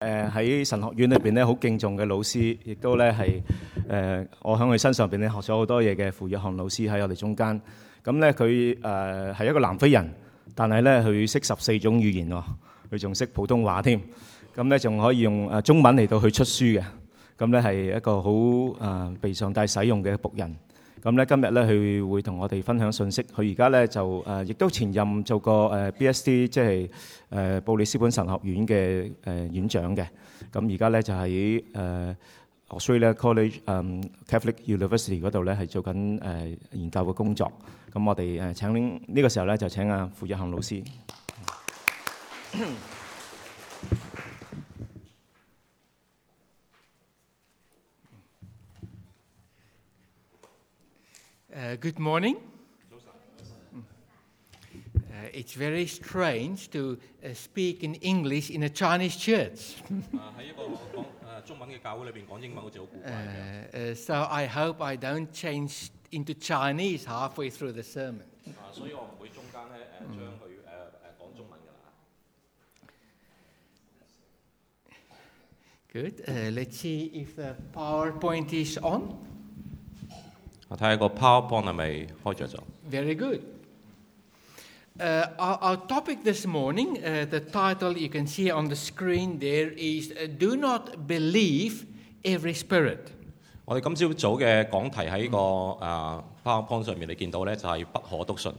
誒喺神學院裏邊咧好敬重嘅老師，亦都咧係誒我喺佢身上邊咧學咗好多嘢嘅傅若翰老師喺我哋中間。咁咧佢誒係一個南非人，但係咧佢識十四種語言喎，佢仲識普通話添。咁咧仲可以用誒中文嚟到去出書嘅。咁咧係一個好誒被上帝使用嘅仆人。咁咧今日咧佢會同我哋分享信息。佢而家咧就誒亦都前任做過呃誒 BSD 即係。誒、布里斯本神學院嘅誒、院長嘅，咁而家咧就喺誒、Australia College 誒、Catholic University 嗰度咧係做緊誒、研究嘅工作。咁我哋誒、呃請呢、個時候咧就請阿、傅日恒老師。 Uh, good morning. Uh, it's very strange to uh, speak in English in a Chinese church. 啊喺一個講誒、呃中文嘅教會裏邊講英文好似好古 Uh, 怪咁 uh, 樣。so I hope I don't change into Chinese halfway through the sermon. 啊，所以我唔會中間咧誒將佢誒誒呃講中文 Good. 㗎啦。Uh, let's see if the PowerPoint is on. 我睇下個 PowerPoint 係咪開着咗？ Very good. Uh, our, our topic this morning, uh, the title you can see on the screen there is uh, Do Not Believe Every Spirit. 我哋今朝早嘅講題喺個誒、呃 PowerPoint 上面，你見到咧就係、不可篤信。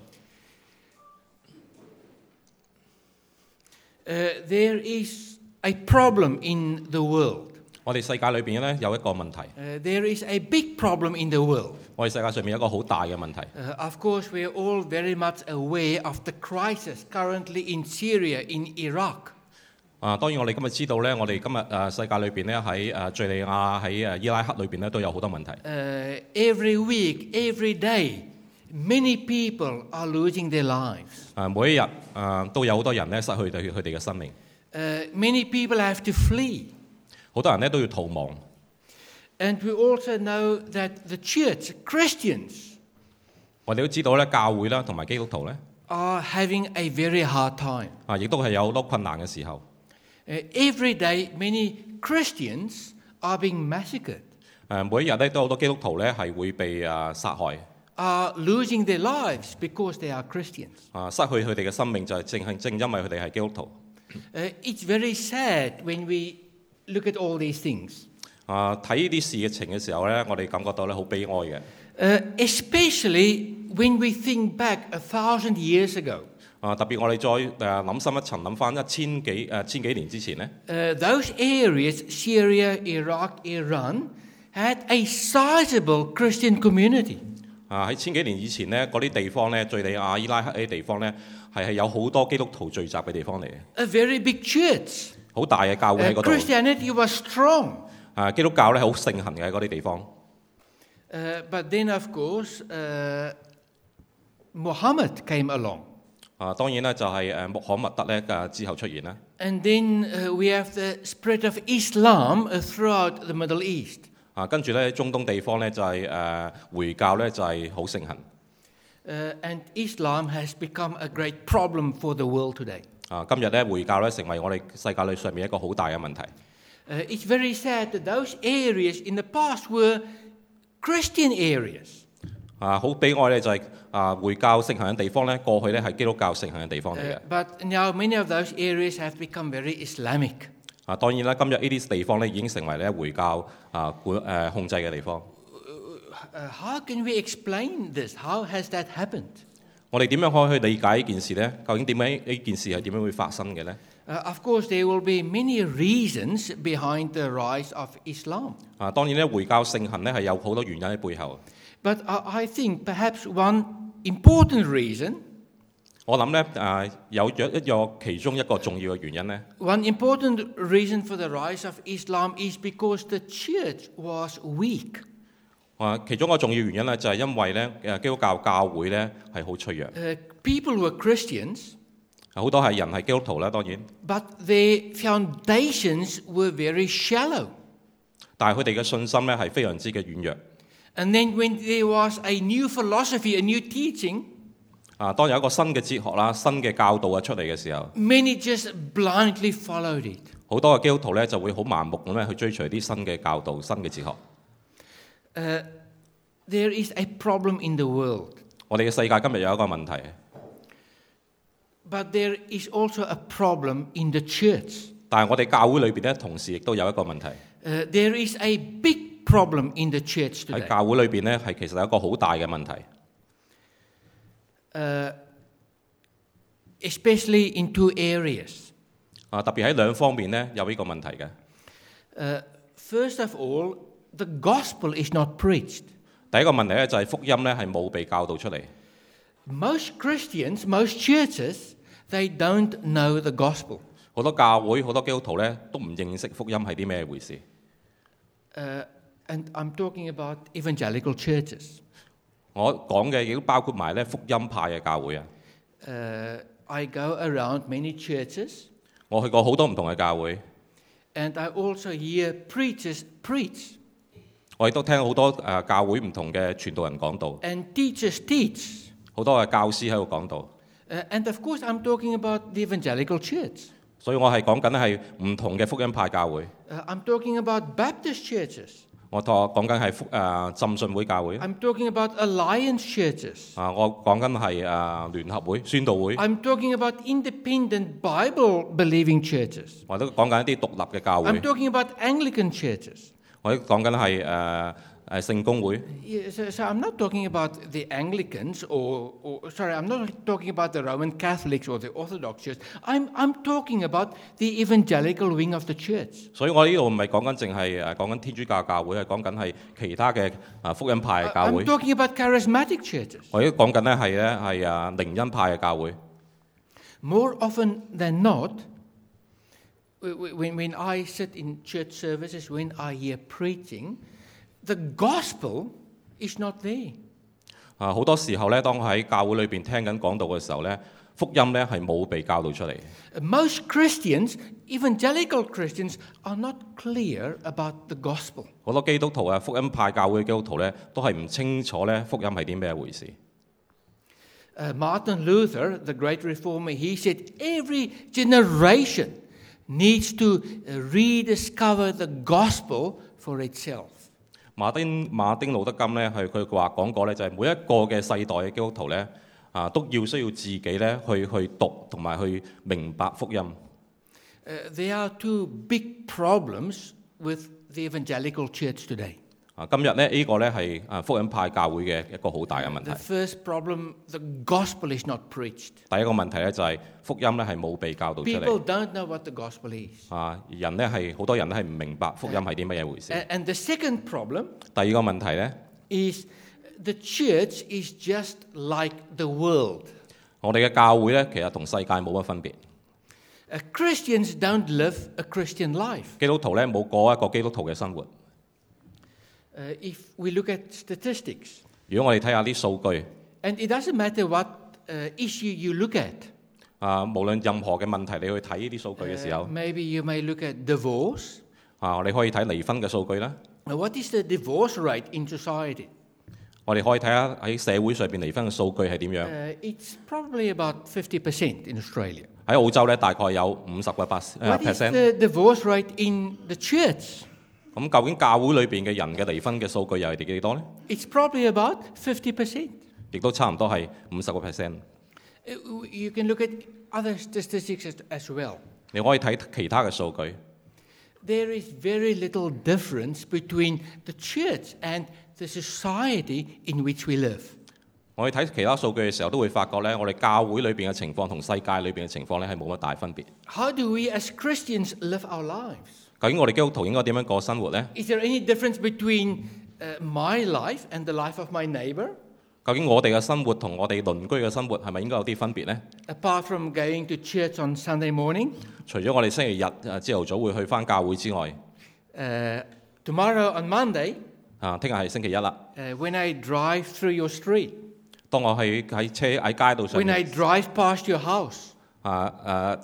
Uh, there is a problem in the world. 我哋世界裏邊咧有一個問題， Uh, there is a big problem in the world. 我哋世界上面有一個好大嘅問題。 Uh, of course, we are all very much aware of the crisis currently in Syria, in Iraq. 啊，當然我哋今日知道咧，我哋今日誒、呃世界裏邊咧喺誒敍利亞喺誒呃伊拉克裏邊咧都有好多問題。 Uh, every week, every day, many people are losing their lives. 啊，每一日誒、呃都有好多人咧失去佢佢哋嘅生命， Uh, many people have to flee. 好多人咧都要逃亡。 And we also know that the church, Christians, 我哋都知道咧，教會啦同埋基督徒咧， are having a very hard time. 啊，亦都係有好多困難嘅時候。 Uh, every day, many Christians are being massacred, 誒，每一日咧都有好多基督徒咧係會被啊殺害， are losing their lives because they are Christians. 啊失去佢哋嘅生命就係正係正因為佢哋係基督徒。 Uh, it's very sad when we look at all these things, 啊，睇呢啲事情嘅時候咧，我哋感覺到咧好悲哀嘅。 uh, especially when we think back a thousand years ago. 啊，特別我哋再誒諗深一層，諗翻一千幾誒千幾年之前咧， Uh, those areas, Syria, Iraq, Iran, had a sizable Christian community. 啊喺千幾年以前咧，嗰啲地方咧，敍利亞、伊拉克呢啲地方咧，係係有好多基督徒聚集嘅地方嚟嘅， A very big church. 好大嘅教會 Uh, 喺嗰度。 Christianity was strong. 啊，基督教咧好盛行嘅喺嗰啲地方。 Uh, but then, of course, uh, Muhammad came along. 啊，當然啦，就係誒穆罕默德咧嘅之後出現啦。 And then uh, we have the spread of Islam uh, throughout the Middle East. 啊，跟住咧中東地方咧就係、呃回教咧就係好盛行。 Uh, and Islam has become a great problem for the world today. 啊，今日咧回教咧成為我哋世界裏上面一個好大嘅問題。 Uh, it's very sad that those areas in the past were Christian areas. 啊，好悲哀咧就係、啊回教盛行嘅地方咧，過去咧係基督教盛行嘅地方嚟 Uh, 嘅。 but now many of those areas have become very Islamic. 啊，當然啦，今日呢啲地方咧已經成為咧回教啊管誒、呃控制嘅地方。 Uh, how can we explain this? How has that happened? 我哋點樣可以去理解呢件事咧？究竟點解呢件事係點樣會發生嘅咧？ Uh, of course, there will be many reasons behind the rise of Islam. 啊，當然咧回教盛行咧係有好多原因喺背後。 But I, I think perhaps one important reason, 我諗咧誒有咗一個其中一個重要嘅原因咧。 one important reason for the rise of Islam is because the church was weak. 啊，其中一個重要原因咧，就係因為咧，誒基督教教會咧係好脆弱， Uh, people were Christians, 好多係人係基督徒啦，當然， but their foundations were very shallow. 但係佢哋嘅信心咧係非常之嘅軟弱。 And then when there was a new philosophy, a new teaching, 啊，當有一個新嘅哲學啦、新嘅教導啊出嚟嘅時候， many just blindly followed it. 好多嘅基督徒咧就會好盲目咁咧去追隨啲新嘅教導、新嘅哲學。 Uh, there is a problem in the world, 我哋嘅世界今日有一個問題， but there is also a problem in the church. 但係我哋教會裏邊咧，同時亦都有一個問題 Uh, there is a big problem in the church 喺 today. 教會裏邊咧，係其實有一個好大嘅問題， Uh, especially in two areas. 啊，特別喺兩方面咧有呢個問題嘅。 Uh, first of all, the gospel is not preached. 第一個問題咧就係福音咧係冇被教導出嚟， Most Christians, most churches, they don't know the gospel. 好多教會、好多基督徒咧都唔認識福音係啲咩回事。 Uh, and I'm talking about evangelical churches. 我講嘅亦都包括埋咧福音派嘅教會啊。 Uh, I go around many churches 我去過好多唔同嘅教會， and I also hear preachers preach 我亦都聽好多誒、呃教會唔同嘅傳道人講道， and teachers teach. 好多嘅教師喺度講道， Uh, and of course, I'm talking about the evangelical church. 所以我係講緊係唔同嘅福音派教會， Uh, I'm talking about Baptist churches. 我講講緊係福誒、呃浸信會教會， I'm talking about alliance churches. 啊我講緊係誒聯合會宣道會， I'm talking about independent Bible believing churches. 我都講緊一啲獨立嘅教 I'm 會， talking about Anglican churches. 我都講緊係誒誒聖公會， Yeah, so, so I'm not talking about the Anglicans or, or, sorry, I'm not talking about the Roman Catholics or the Orthodox Church. I'm, I'm talking about the evangelical wing of the church. 所以我呢度唔係講緊淨係誒講緊天主教教會，係講緊係其他嘅啊福音派嘅 I- 教 Uh, I'm 會， talking about charismatic churches. 我亦都講緊咧係咧係啊靈恩派嘅教會。 More often than not, w- w- when, when I sit in church services, when I hear preaching, the gospel is not there. 啊，好多時候咧，當我喺教會裏邊聽緊講道嘅時候咧，福音咧係冇被教導出嚟。 Most Christians, evangelical Christians, are not clear about the gospel. 好多基督徒啊，福音派教會嘅基督徒咧，都係唔清楚咧福音係啲咩回事。 Uh, Martin Luther, the great reformer, he said every generation needs to uh, rediscover the gospel for itself. 馬丁馬丁路德金咧，係佢話講過咧，就係每一個嘅世代嘅基督徒咧，啊都要需要自己咧去去讀同埋去明白福音。 Uh, there are two big problems with the evangelical church today. 啊，今日咧呢個咧係啊福音派教會嘅一個好大嘅問題 The。first problem the gospel is not preached. 第一個問題咧就係福音咧係冇被教導出 People 嚟。 don't know what the gospel is. 啊，人咧係好多人咧係唔明白福音係啲乜嘢回事。 A- And the second problem 第二個問題咧。 is the church is just like the world. 我哋嘅教會咧，其實同世界冇乜分別。 Uh, Christians don't live a Christian life. 基督徒咧冇過一個基督徒嘅生活。 Uh, if we look at statistics, 如果我哋睇下啲數據， and it doesn't matter what uh, issue you look at, 啊，無論任何嘅問題，你去睇呢啲數據嘅時 Uh, 候， maybe you may look at divorce. 啊，你可以睇離婚嘅數據啦， Now, what is the divorce rate in society? 我哋可以睇下喺社會上邊離婚嘅數據係點樣。 Uh, it's probably about 50% in Australia. 喺澳洲咧，大概有五十個呃百 What is Ah, percent。 the divorce rate in the church? 咁究竟教會裏邊嘅人嘅離婚嘅數據又係幾多呢？ It's probably about 50%. 亦都差唔多係五十個 percent。 Uh, You can look at other statistics as, as well. 你可以睇其他嘅數據。 There is very little difference between the church and the society in which we live. 我哋睇其他數據嘅時候，都會發覺咧，我哋教會裏邊嘅情況同世界裏邊嘅情況咧係冇乜大分別。 How do we as Christians live our lives? 究竟我哋基督徒應該點樣過生活呢？ Is there any difference between uh, my life and the life of my neighbor? 究竟我哋嘅生活同我哋鄰居嘅生活係咪應該有啲分別呢？ Apart from going to church on Sunday morning, 除咗我哋星期日誒朝頭早會去返教會之外， Uh, tomorrow on Monday, 啊，聽日係星期一啦。 uh, when I drive through your street, 當我喺喺車喺街道上 when 面 I drive past your house, 啊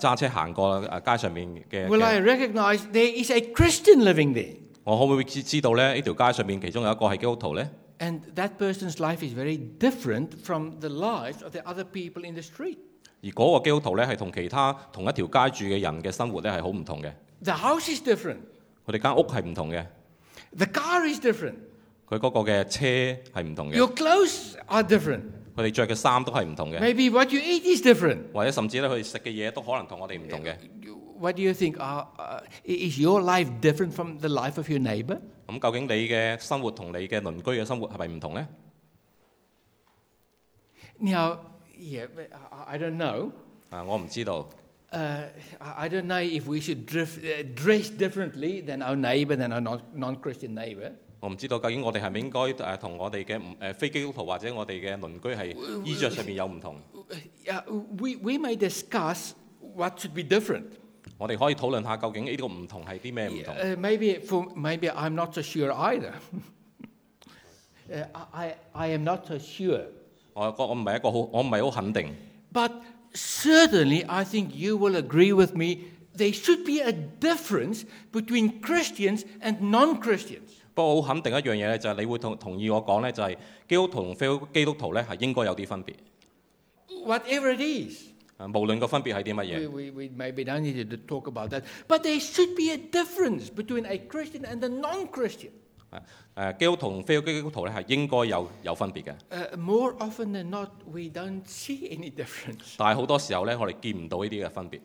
誒揸車行過誒街上面嘅 will 嘅 I recognize there is a Christian living there? 我可唔可以知知道咧？呢條街上面其中有一個係基督徒呢？ And that person's life is very different from the lives of the other people in the street. 而嗰個基督徒咧係同其他同一條街住嘅人嘅生活咧係好唔同嘅。 The house is different. 佢哋間屋係唔同嘅， The car is different. 佢嗰個嘅車係唔同嘅， Your clothes are different. 佢哋着嘅衫都係唔同嘅， Maybe what you eat is different. 或者甚至咧佢哋食嘅嘢都可能同我哋唔同嘅。 You- What do you think? Uh, uh, is your life different from the life of your neighbor? 咁究竟你嘅生活同你嘅鄰居嘅生活係咪唔同呢？ Now, yeah, but I- I don't know. 啊，我唔知道。 Uh, I I don't know if we should drift, uh, dress differently than our neighbor, than our non- non-Christian neighbor. 我唔知道究竟我哋係咪應該誒同我哋嘅唔誒非基督徒或者我哋嘅鄰居係衣着上面有唔同？Uh, Yeah, we, we may discuss what should be different. 我哋可以討論下究竟呢個唔同係啲咩唔同？ Uh, maybe, for, maybe I'm not so sure either. uh, I, I I am not so sure. 我我我唔係一個好，我唔係好肯定。 But certainly, I think you will agree with me, there should be a difference between Christians and non Christians. 不過好肯定一樣嘢咧，就係你會同同意我講咧，就係基督徒同非基督徒咧係應該有啲分別。 Whatever it is, 啊無論個分別係啲乜 we,，嘢 we, we maybe don't need to talk about that. But there should be a difference between a Christian and a non Christian. 啊誒基督徒同非基督徒咧係應該有有分別嘅。 Uh, more often than not, we don't see any difference. 但係好多時候咧，我哋見唔到呢啲嘅分別。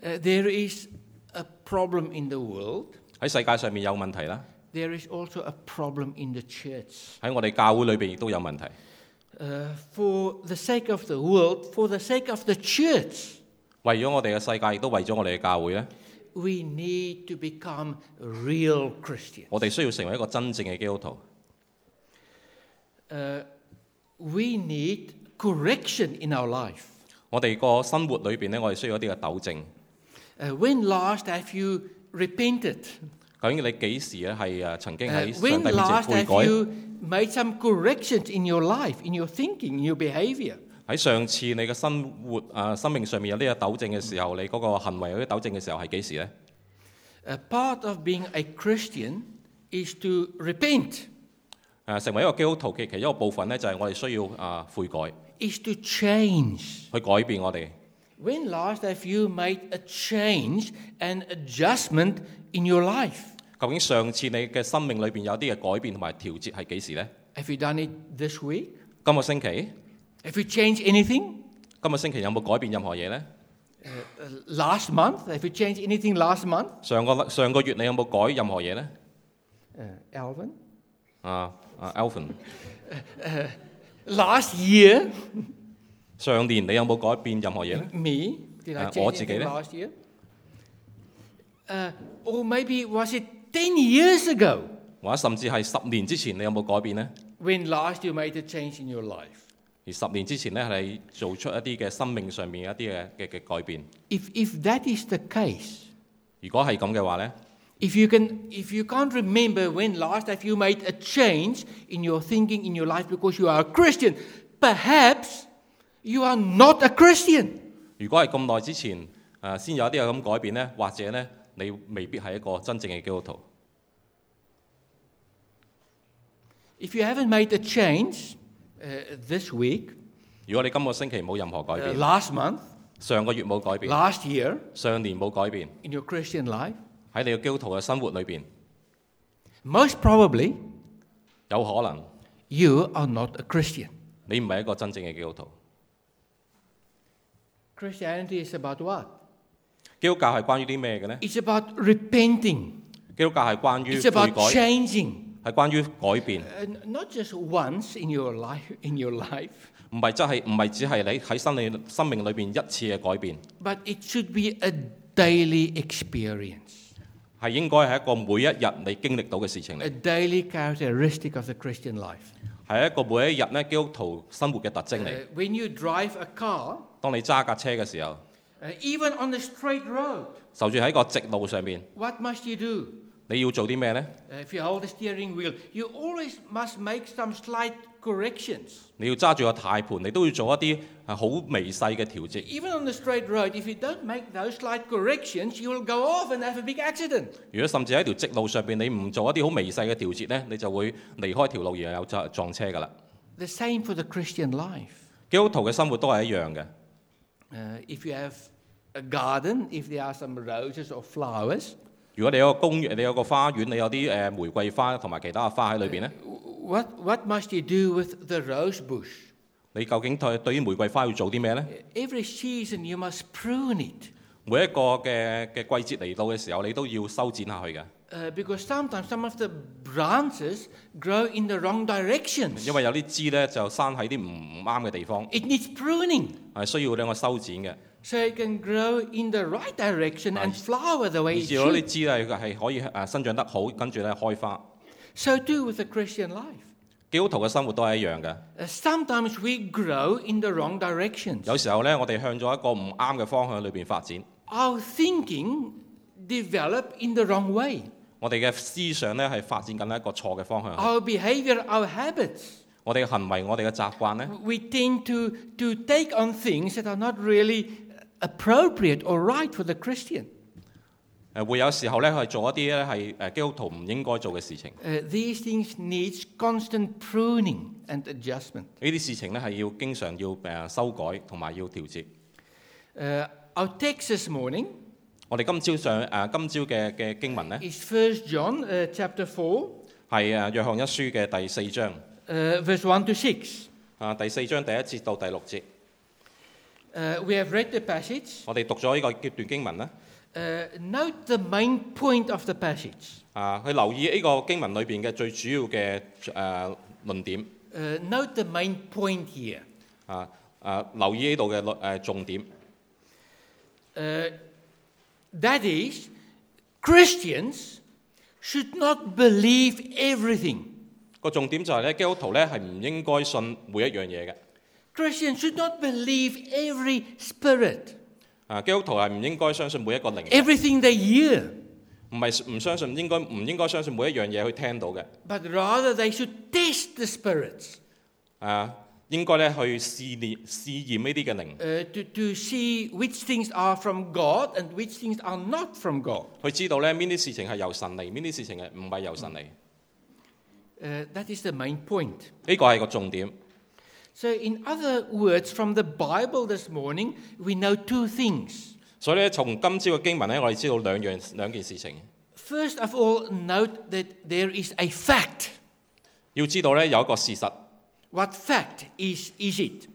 Uh, there is a problem in the world, 喺世界上面有問題啦， there is also a problem in the church. 喺我哋教會裏邊亦都有問題。 Uh, for the sake of the world, for the sake of the church, 為咗我哋嘅世界，亦都為咗我哋嘅教會咧， we need to become real Christians. 我哋需要成為一個真正嘅基督徒。 Uh, we need correction in our life. 我哋個生活裏邊咧，我哋需要一啲嘅糾正。 Uh, when last have you repented? 究竟你幾時咧係誒曾經 Uh, 喺上 when 帝面前 last 悔 have 改？ you made some corrections in your life, in your thinking, in your behavior? 喺上次你嘅生活啊、生命上面有呢個糾正嘅時候，你嗰個行為有啲糾正嘅時候係幾時呢？ A part of being a Christian is to repent, 誒、啊成為一個基督徒嘅其中一個部分呢，就係、我哋需要啊、悔改， is to change. 去改變我哋。 When last have you made a change and adjustment in your life? 究竟上次你嘅生命裏邊有啲嘅改變同埋調節係幾時呢？ Have you done it this week? 今個星期， Have you changed anything? 今個星期有冇改變任何嘢呢？ Uh, uh, last month? Have you changed anything last month? 上個上個月你有冇改任何嘢呢？ Uh, Alvin? 啊啊 a l v i n Last year? 上年你有冇改變任何嘢呢？ Me? Did I Uh, change what's it anything again? last year? Uh, or maybe was it 10 years ago 或者甚至係十年之前你有冇改變呢？ when last you made a change in your life? 而十年之前呢，係你做出一啲嘅生命上面一啲嘅嘅嘅改變。 If, if that is the case, 如果係咁嘅話呢， If you, can, if you can't remember when last have you made a change in your thinking, in your life, because you are a Christian, perhaps you are not a Christian. 如果係咁耐之前誒、呃先有一啲有咁改變呢，或者呢，你未必係一個真正嘅基督徒。 If you haven't made a change uh, this week, 如果你今個星期冇任何改 uh, 變， last month, 上個月冇改變， last year, 上年冇改變， in your Christian life, 喺你嘅基督徒嘅生活裏邊， most probably 有可能 you are not a Christian. 你唔係一個真正嘅基督徒。 Christianity is about what? 基督教係關於啲咩嘅呢？ It's about repenting, 基督教係關於 it's 悔 about 改， changing. 係關於改變， Uh, n- not just once in your life, in your life. 唔係真係唔係只係你喺生命生命裏邊一次嘅改變， But it should be a daily experience, 係應該係一個每一日你經歷到嘅事情 a 嚟， daily characteristic of the Christian life. 係一個每一日咧基督徒生活嘅特徵 Uh, 嚟。 when you drive a car, 當你揸架車嘅時候， uh, even on a straight road, 就住喺個直路上面， what must you do? 你要做啲咩呢？ Uh, if you hold the steering wheel, you always must make some slight corrections. 你要揸住個軚盤，你都要做一啲係好微細嘅調節。 Even on the straight road, if you don't make those slight corrections, you will go off and have a big accident. 如果甚至喺條直路上邊，你唔做一啲好微細嘅調節呢，你就會離開條路而有撞撞車噶啦。 The same for the Christian life. 基督徒嘅生活都係一樣嘅。 Uh, if you have a garden, if there are some roses or flowers, 如果你有個公園，你有個花園，你有啲誒、呃玫瑰花同埋其他嘅花喺裏邊咧， w- what, what must you do with the rose bush? 你究竟對對於玫瑰花要做啲咩咧？ Every season you must prune it. 每一個嘅嘅季節嚟到嘅時候，你都要修剪下去嘅， Uh, because sometimes some of the branches grow in the wrong directions. 因為有啲枝咧就生喺啲唔唔啱嘅地方， It needs pruning 係需要兩個修剪嘅。 so it can grow in the right direction and flower the way 以 it 至到啲 should. 枝係係可以誒生長得好，跟住咧開花。 So too with the Christian life. 基督徒嘅生活都係一樣嘅。 Uh, sometimes we grow in the wrong directions. 有時候咧，我哋向咗一個唔啱嘅方向裏邊發展， Our thinking develop in the wrong way. 我哋嘅思想咧係發展緊一個錯嘅方向。 Our behavior, our habits. 我哋嘅行為、我哋嘅習慣咧， We tend to, to take on things that are not really appropriate or right for the Christian. 誒呃會有時候咧係做一啲咧係誒基督徒唔應該做嘅事情。 Uh, these things needs constant pruning and adjustment. 呢啲事情咧係要經常要誒修改同埋要調節。 Uh, our text this morning 我哋今朝上誒今朝嘅嘅經文咧 is 1 John uh, chapter 4, 係誒約翰一書嘅第四章 uh, verse 1 to 6. 啊，第四章第一節到第六節， Uh, we have read the passage. 我哋讀咗呢個段經文咧。 Uh, note the main point of the passage. 啊，去留意呢個經文裏邊嘅最主要嘅誒、呃、論點 Uh, note the main point here. 啊啊，留意呢度嘅論誒重點， Uh, that is, Christians should not believe everything. 個重點就係咧，基督徒咧係唔應該信每一樣嘢嘅。 Christians should not believe every spirit, 啊，基督徒係唔應該相信每一個靈嘅， everything they hear. 唔係唔相信應該唔應該相信每一樣嘢去聽到嘅。 But rather, they should test the spirits 啊，應該咧去試驗試驗呢啲嘅靈， uh, to, to see which things are from God and which things are not from God. 去知道咧邊啲事情係由神嚟，邊啲事情係唔係由神嚟。 Uh, that is the main point. 呢個係個重點。 So, in other words, from the Bible this morning, we know two things. 所以咧，從今朝嘅經文咧，我哋知道兩樣兩件事情。 First of all, note that there is a fact. 要知道咧有一個事實， What fact is, is it?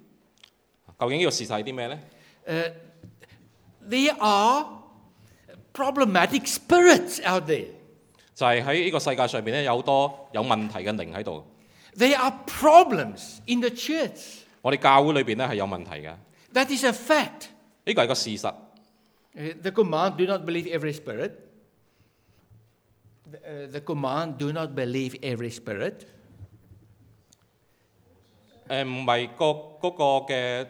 究竟呢個事實係啲咩咧？ Uh, there are problematic spirits out there, 就係喺呢個世界上邊咧，有好多有問題嘅靈喺度。 there are problems in the church. 我哋教會裏邊咧係有問題嘅，呢 That is a fact. 個係個事實。 Uh, the command, do not believe every spirit. The, uh, the command, do not believe every spirit, 誒唔係個嗰個嘅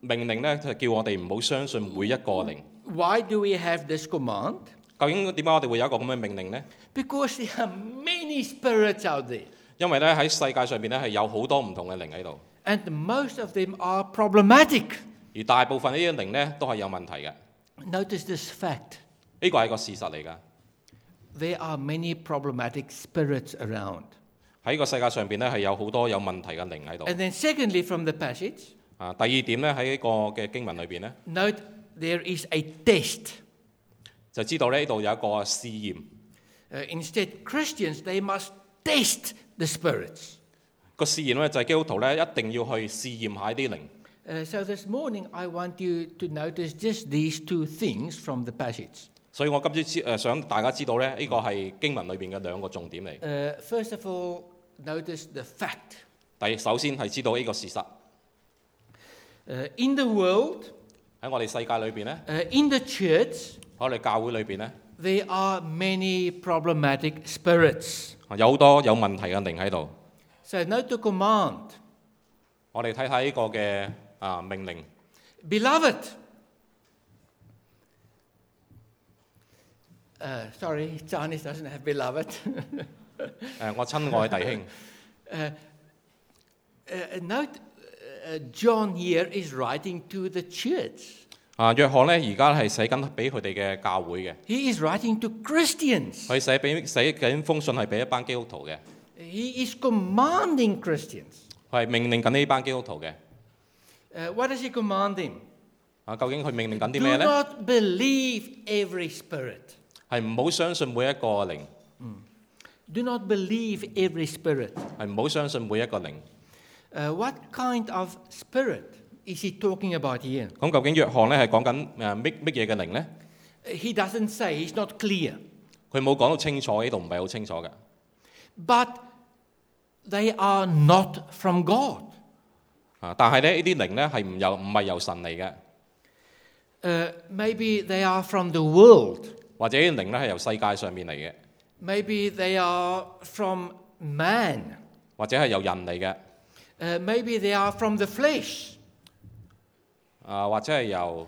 命令咧，就叫我哋唔好相信每一個靈。 why do we have this command? 究竟點解我哋會有一個咁嘅命令呢？ Because there are many spirits out there, 因為咧喺世界上邊咧係有好多唔同嘅靈喺度， and most of them are problematic. 而大部分呢啲靈咧都係有問題嘅。 Notice this fact 呢個係個事實嚟㗎。 there are many problematic spirits around. 喺個世界上邊咧係有好多有問題嘅靈喺度。 And then, secondly, from the passage, 啊，第二點咧喺呢個嘅經文裏邊咧， note there is a test. 就知道咧呢度有一個試驗。 Uh, instead, Christians, they must test the spirits. 個試驗咧就係基督徒咧一定要去試驗下啲靈。 Uh, so this morning, I want you to notice just these two things from the passage. 所以我今朝知誒想大家知道咧，呢個係經文裏邊嘅兩個重點嚟。 Uh, first of all, notice the fact. 第首先係知道呢個事實 Uh, in the world, 喺我哋世界裏邊咧， uh, in the church, 喺我哋教會裏邊咧， there are many problematic spirits. 有好多有問題嘅靈喺度。 So note the command. 我哋睇睇呢個嘅啊命令， Beloved. Uh, sorry, Chinese doesn't have beloved. 誒我親愛弟兄， uh, note, uh, John here is writing to the church. 啊約翰咧而家係寫緊俾佢哋嘅教會嘅， He is writing to Christians. 佢寫俾寫緊封信係俾一班基督徒嘅， He is commanding Christians. 佢係命令緊呢班基督徒嘅。 Uh, what does he command them? 啊，究竟佢命令緊啲 Do 咩呢？ not believe every spirit. 係唔好相信每一個靈， Do not believe every spirit. 係唔好相信每一個靈。 Uh, what kind of spirit is he talking about here? 咁究竟約翰咧係講緊誒乜乜嘢嘅靈呢？ Uh, He doesn't say, he's not clear. 佢冇講到清楚，呢度唔係好清楚嘅。 But they are not from God. 啊，但係咧呢啲靈咧係唔由唔係由神嚟嘅， Uh, maybe they are from the world. 或者呢啲靈咧係由世界上面嚟嘅， Maybe they are from man. 或者係由人嚟嘅， Uh, maybe they are from the flesh. 啊或者係由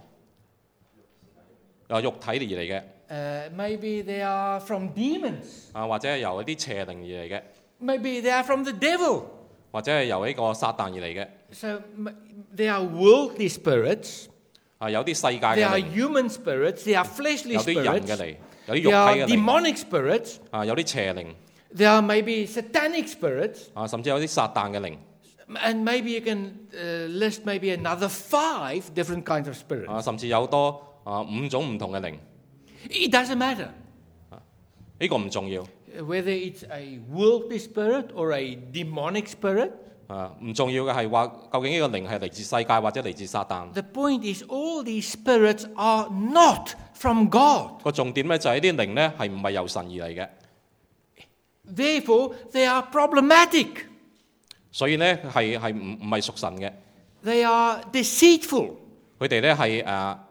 啊肉體而嚟嘅， Uh, maybe they are from demons. 啊或者係由一啲邪靈而嚟嘅， Maybe they are from the devil. 或者係由呢個撒旦而嚟嘅。 So m- they are worldly spirits, 啊有啲世界嘅 they are 靈， human spirits, they are fleshly 有啲人 spirits, 嘅 they 靈，有啲 are 肉體嘅靈， demonic spirits, 啊有啲邪靈， they are maybe satanic spirits, 啊甚至有啲撒旦嘅靈。 and maybe you can uh, list maybe another five different kinds of spirits. 啊，甚至有多啊五種唔同嘅靈，呢、 It doesn't matter 個唔重要 uh, whether it's a worldly spirit or a demonic spirit. 啊，唔重要嘅係話究竟呢個靈係嚟自世界或者嚟自撒旦。 The point is, all these spirits are not from God. 個重點咧就係呢啲靈咧係唔係由神而嚟嘅， Therefore, they are problematic. 所以咧係係唔唔係屬神嘅， They are deceitful. 佢哋咧係誒誒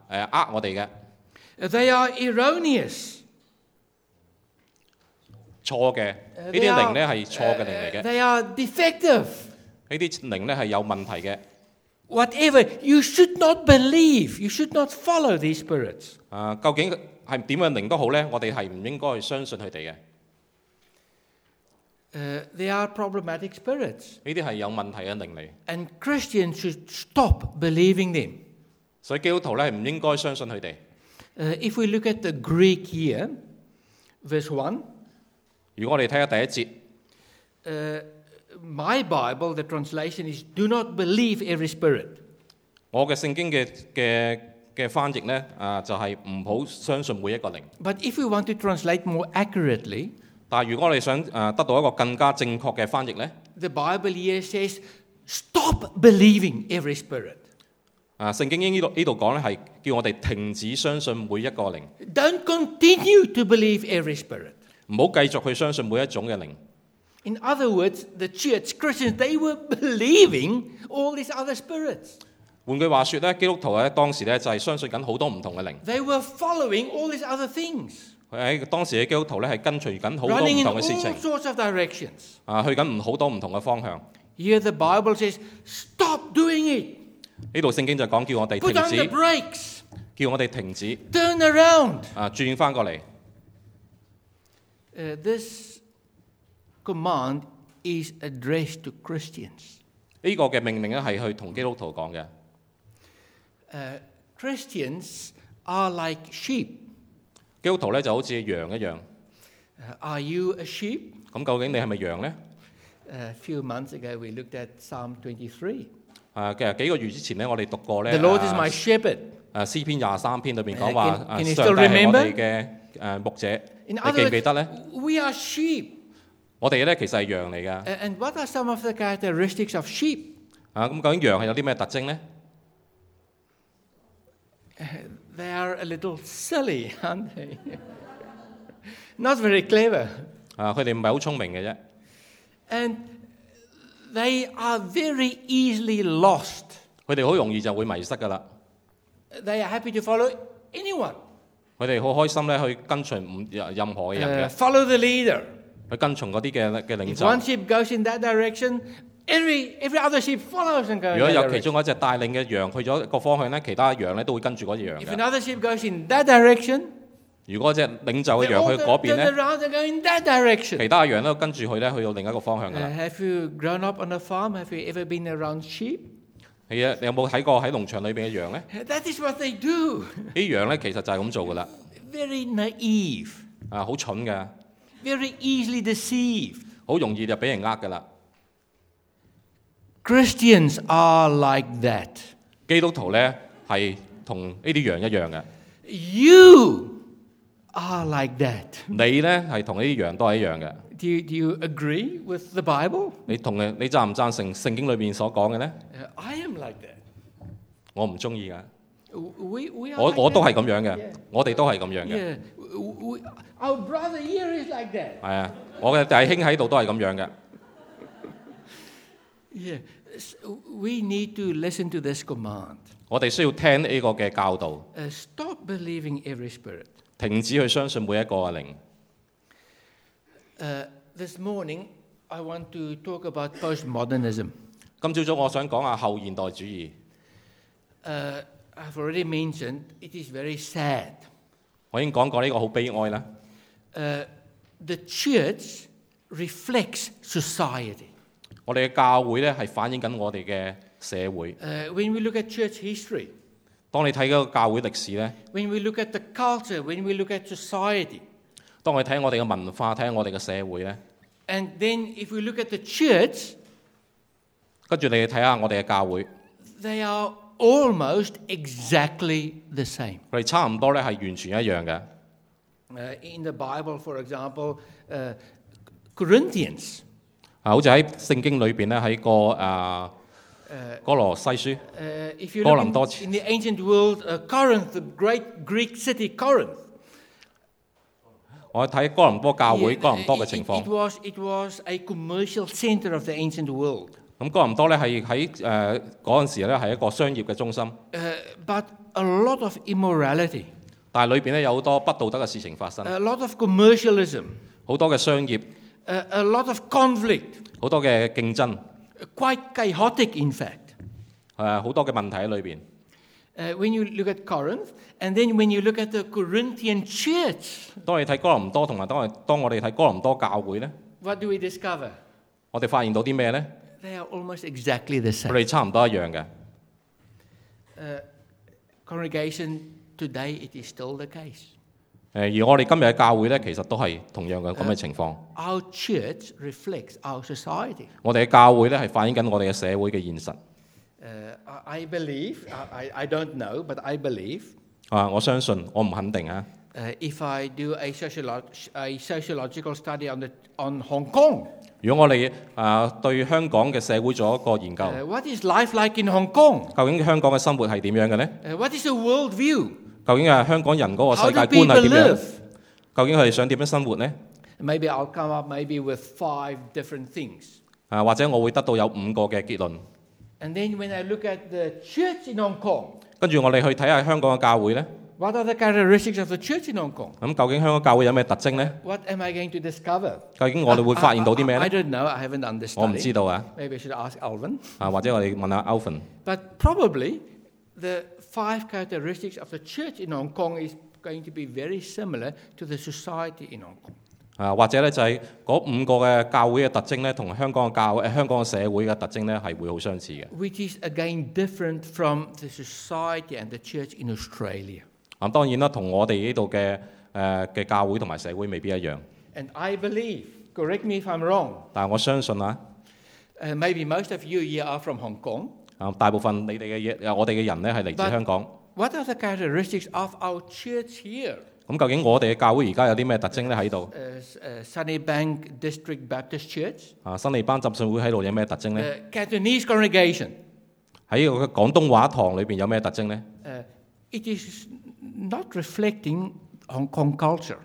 呃我哋嘅 They are erroneous. 錯嘅， Uh, 呢 they 啲 are- 靈咧係錯嘅靈嚟嘅， uh, 呢 They are defective. 啲靈咧係有問題嘅。 Whatever, you should not believe. You should not follow these spirits. 啊，究竟係點樣靈都好咧，我哋係唔應該去相信佢哋嘅，呢 Uh, they are problematic spirits. 啲係有問題嘅靈嚟， And Christians should stop believing them. 所以基督徒咧係唔應該相信佢哋。 Uh, if we look at the Greek here, verse 1, 如果我哋睇下第一節。 uh, my Bible, the translation is do not believe every spirit. 我嘅聖經嘅嘅嘅翻譯呢，啊就係唔好相信每一個靈。 But if we want to translate more accurately, 但係如果我哋想啊得到一個更加正確嘅翻譯呢， the Bible here says stop believing every spirit. 啊聖經呢度呢度講呢係叫我哋停止相信每一個靈， Don't continue to believe every spirit. 唔好繼續去相信每一種嘅靈。 In other words, the church, Christians, they were believing all these other spirits. 換句話說呢，基督徒咧當時呢就係相信緊好多唔同嘅靈， They were following all these other things, 佢喺當時嘅基督徒呢係跟隨緊好多 running 唔 in 同嘅 all 事情， sorts of directions. 啊去緊唔好多唔同嘅方向。 Here the Bible says, stop doing it. 呢度聖經就講叫我哋 Put on the 停止， brakes. 叫我哋停止 Turn around. 啊轉翻過嚟。 Uh, this command is addressed to Christians. 呢個嘅命令呢係去同基督徒講嘅。 Uh, Christians are like sheep. 基督徒咧就好似羊一樣， Uh, are you a sheep? 咁究竟你係咪羊呢？ A few months ago, we looked at Psalm 23. 啊，其實幾個月之前咧，我哋讀過咧， The Lord 啊 is my shepherd. 啊詩篇廿三篇裏面講 Can- 話，啊 can you 上帝 still 係我 remember？哋嘅誒牧者， In 你 other 記唔 words, 記得呢？ we are sheep. 我哋咧其實係羊嚟㗎。 A- And what are some of the characteristics of sheep? 啊，咁究竟羊係有啲咩特徵呢？ They are a little silly, aren't they? Not very clever. 啊，佢哋唔係好聰明嘅啫， And they are very easily lost. 佢哋好容易就會迷失㗎啦。 They are happy to follow anyone, 佢哋好開心咧，去跟隨唔任何 Uh, 嘅人嘅， follow the leader. 去跟從嗰啲嘅嘅領 If one 袖。 sheep goes in that direction, every, every other sheep follows and goes 如果 in 有 that 其 direction. 中一隻帶領嘅羊去咗一個方向咧，其他羊咧都會跟住嗰隻羊 If 嘅。 another sheep goes in that direction, 如果隻領袖嘅 they 羊 all 去嗰 turn 邊 turn 咧， around and go in that direction. 其他羊咧跟住佢咧去到另一個方向㗎 Uh, 啦。 have you grown up on a farm? Have you ever been around sheep? 係啊，你有冇睇過喺農場裏邊嘅羊呢？ That is what they do. 啲羊呢，其實就係咁做噶啦， Very naive, 啊好蠢噶， very easily deceived. 好容易就俾人呃噶啦。 Christians are like that. 基督徒呢，係同呢啲羊一樣嘅。 You are like that. 你呢係同呢啲羊都係一樣嘅。 Do you, do you agree with the Bible? 你同你你贊唔贊成聖經裏面所講嘅呢？ Uh, I am like that. 我唔中意㗎。 We, we are 我 like 我都 that. 係咁樣嘅 Yeah.，我哋都係咁樣嘅。 Yeah. We, our brother here is like that. 係啊，我嘅弟兄喺度都係咁樣嘅。 Yeah. S- We need to listen to this command. 我哋需要聽呢個嘅教導， Uh, stop believing every spirit. 停止去相信每一個嘅靈。 Uh, this morning, I want to talk about postmodernism. 今朝早我想講下後現代主義， Uh, I've already mentioned it is very sad. 我已經講過呢個好悲哀啦。 Uh, the church reflects society. 我哋嘅教會呢係反映緊我哋嘅社會。 Uh, when we look at church history, 當你睇嗰個教會歷史呢， when we look at the culture, when we look at society, 當我哋睇我哋嘅文化、睇我哋嘅社會呢， and then if we look at the church, 跟住你睇下我哋嘅教會， they are almost exactly the same. 佢哋差唔多呢係完全一樣嘅。 Uh, in the Bible, for example, uh, Corinthians, 啊，好似喺聖經裏邊呢，喺個啊哥羅西書。 uh, if you look Corinth. in, in the ancient world, uh, Corinth, the great Greek city Corinth, 我睇哥林多教會 Yeah, 哥林多嘅 it- 情 it, 況 it，was it was a commercial center of the ancient world, 咁哥林多咧係喺誒嗰陣時咧係一個商業嘅中心， uh, but a lot of immorality, 但係裏邊咧有好多不道德嘅事情發生， a lot of commercialism, 好多嘅商業， uh, a lot of conflict, 好多嘅競爭， uh, quite chaotic, in fact. 誒呃好多嘅問題喺裏邊。 Uh, when you look at Corinth, and then when you look at the Corinthian church, 當你睇哥林多同埋當我當我哋睇哥林多教會咧， what do we discover? 我哋發現到啲咩咧？ They are almost exactly the 佢 same. 哋差唔多一樣嘅。 Congregation, today it is still the case. 呃誒而我哋今日嘅教會咧，其實都係同樣嘅咁嘅情況。 Our church reflects our society. 我哋嘅教會咧係反映緊我哋嘅社會嘅現實。 Uh, I I believe, I, I I don't know, but I believe, 啊，我相信，我唔肯定啊。 uh, if I do a, sociolog- a sociological study on, the, on Hong Kong, 如果我哋啊、對香港嘅社會做一個研究， uh, what is life like in Hong Kong? 究竟香港嘅生活係點樣嘅呢？ Uh, what is the worldview? 究竟啊香港人嗰個 How 世界 do 觀 people 係點樣？ live? 究竟佢哋想點樣生活呢？ Maybe I'll come up maybe with five different things. 啊，或者我會得到有五個嘅結論。 And then when I look at the church in Hong Kong, 跟住我哋去睇下香港嘅教會呢。 what are the characteristics of the church in Hong Kong? 咁究竟香港教會有咩特徵呢？ What am I going to discover? 究竟我哋會發現到啲咩 I, I, I 呢？ don't know. I haven't 我唔知 understudied. 道啊。 Maybe I should ask Alvin. 啊，或者我哋問下 Alvin。 But probably the five characteristics of the church in Hong Kong is going to be very similar to the society in Hong Kong. 啊，或者呢就係嗰五個嘅教會嘅特徵呢，同香港嘅教誒香港嘅社會嘅特徵呢係會好相似嘅。 Which is again different from the society and the church in Australia. 咁當啊然啦，同我哋呢度嘅誒嘅教會同埋社會未必一樣， And I believe, correct me if I'm wrong, 但係我相信啊， uh, maybe most of you here are from Hong Kong. 啊大部分你哋嘅嘢，我哋嘅人呢係嚟自 But- 香港。 What are the characteristics of our church here? 咁究竟我哋嘅教會而家有啲咩特徵咧喺度？ Uh, S- uh, Sunnybank District Baptist Church, 啊，新利班浸信會喺度有咩特徵咧？ uh, Cantonese congregation. 喺個廣東話堂裏邊有咩特徵咧？ Uh, it is not reflecting Hong Kong culture.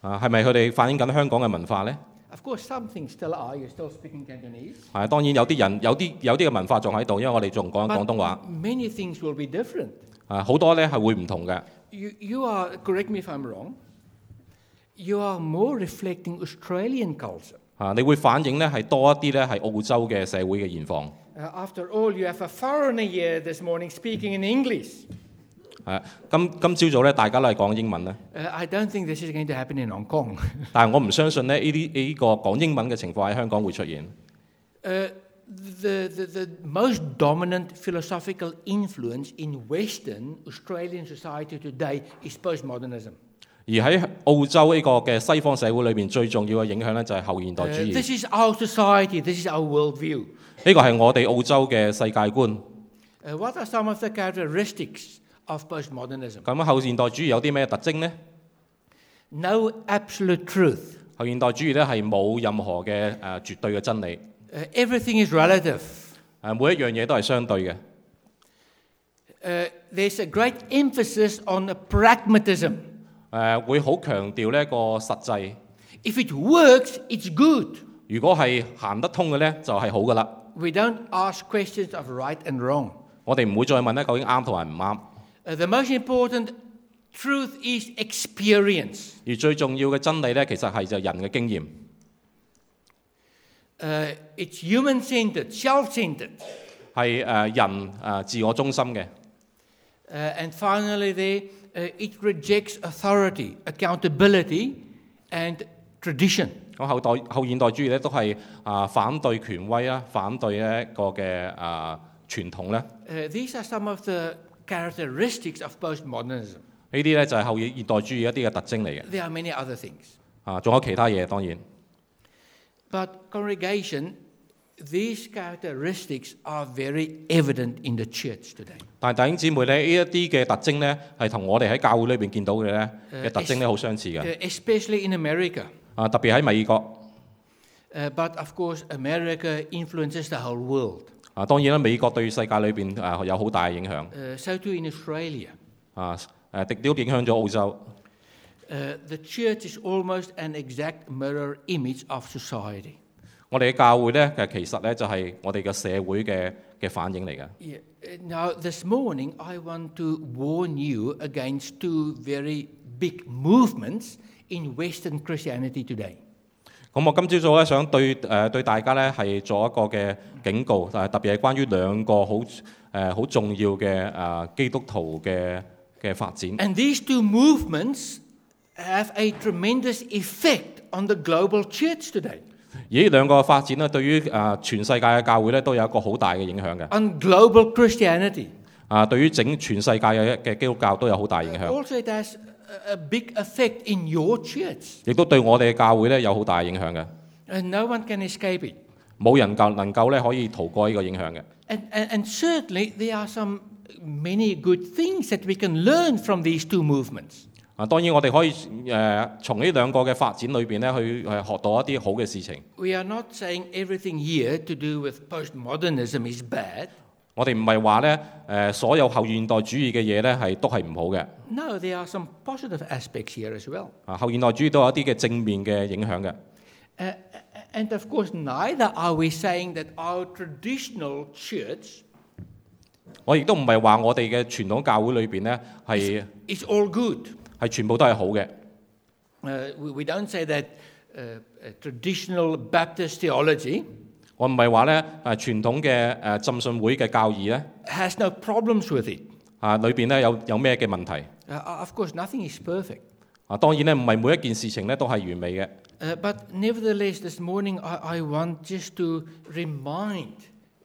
啊，係咪佢哋反映緊香港嘅文化咧？ Of course, some things still are. You're still speaking Cantonese. 係啊當然有啲人有啲有啲嘅文化仲喺度，因為我哋仲講緊廣東話。 many things will be different. 啊，好多咧係會唔同嘅。 You, you are, correct me if I'm wrong, you are more reflecting Australian culture. 啊，你會反映咧係多一啲咧係澳洲嘅社會嘅現況。 Uh, after all, you have a foreigner here this morning speaking in English. 係啊今今朝早咧，大家都係講英文咧， Uh, I don't think this is going to happen in Hong Kong. 但係我唔相信咧呢啲呢個講英文嘅情況喺香港會出現。 Uh, the, the, the most dominant philosophical influence in Western Australian society today is postmodernism. 而喺澳洲呢個嘅西方社會裏邊，最重要嘅影響咧就係後現代 Uh, 主義。 this is our society, this is our worldview. 呢個係我哋澳洲嘅世界觀。 Uh, what are some of the characteristics of postmodernism. 咁後現代主義有啲咩特徵呢？ No absolute truth. 後現代主義咧係冇任何嘅誒、呃、絕對嘅真理，誒、啊 Uh, everything is relative. 每一樣嘢都係相對嘅。 Uh, there's a great emphasis on the pragmatism. 誒、會呃好強調呢個實際。 If it works, it's good. 如果係行得通嘅呢，就係、好噶啦。 We don't ask questions of right and wrong. 我哋唔會再問咧究竟啱同埋唔啱。 Uh, the most important truth is experience. 而最重要嘅真理呢，其實係就人嘅經驗， Uh, it's human centered, self centered. 係誒、呃人誒、呃自我中心嘅。 Uh, and finally, there, uh, it rejects authority, accountability, and tradition. 咁後代後現代主義咧，都係啊反對權威啊，反對呢一個嘅啊傳統咧。呢 Uh, these are some of the characteristics of postmodernism. 啲咧就係後現代主義一啲嘅特徵嚟嘅。 There are many other things. 啊，仲有其他嘢當然。 But, congregation, these characteristics are very evident in the church today. 但係弟兄姊妹咧，呢一啲嘅特徵咧，係同我哋喺教會裏邊見到嘅咧誒嘅特徵咧，好相似嘅。 Uh, especially in America. 啊，特別喺美國。 Uh, but, of course, America influences the whole world. 啊，當然啦，美國對世界裏邊啊有好大嘅影響。 Uh, so, too, in Australia. 啊，誒，迪雕影響咗澳洲。 Uh, the church is almost an exact mirror image of society. 我哋嘅教會咧，其實其實咧就係我哋嘅社會嘅嘅反應嚟嘅。 Yeah. uh, Now, this morning, I want to warn you against two very big movements in Western Christianity today. 咁我今朝早咧想對誒、呃、對大家咧係做一個嘅警告，誒特別係關於兩個好誒好重要嘅誒、呃基督徒嘅嘅發展。 And these two movements have a tremendous effect on the global church today, 而呢兩個發展咧，對於誒、呃全世界嘅教會咧都有一個好大嘅影響嘅。 on global Christianity. 啊，對於整全世界嘅嘅基督教都有好大影響， Also, it has a- a big effect in your church, 亦都對我哋嘅教會咧有好大影響嘅。 and no one can escape it. 冇人夠能夠咧可以逃過呢個影響嘅。 And, and, and certainly, there are some many good things that we can learn from these two movements. 啊，當然我哋可以誒、呃、從呢兩個嘅發展裏邊咧去誒學到一啲好嘅事情。 We are not saying everything here to do with postmodernism is bad. 我哋唔係話咧誒所有後現代主義嘅嘢咧係都係唔好嘅。 No, there are some positive aspects here as well. 啊，後現代主義都有一啲嘅正面嘅影響嘅。 Uh, and of course, neither are we saying that our traditional church 我亦都唔係話我哋嘅傳統教會裏邊咧係 is all good. 係全部都係好嘅。 Uh, we, we don't say that uh, uh, traditional Baptist theology 我唔係話咧誒傳統嘅誒浸信會嘅教義咧 has no problems with it. 啊裏邊咧有有咩嘅問題 Uh, of course, nothing is perfect. 啊？當然咧唔係每一件事情咧都係完美嘅。 Uh, but nevertheless, this morning I, I want just to remind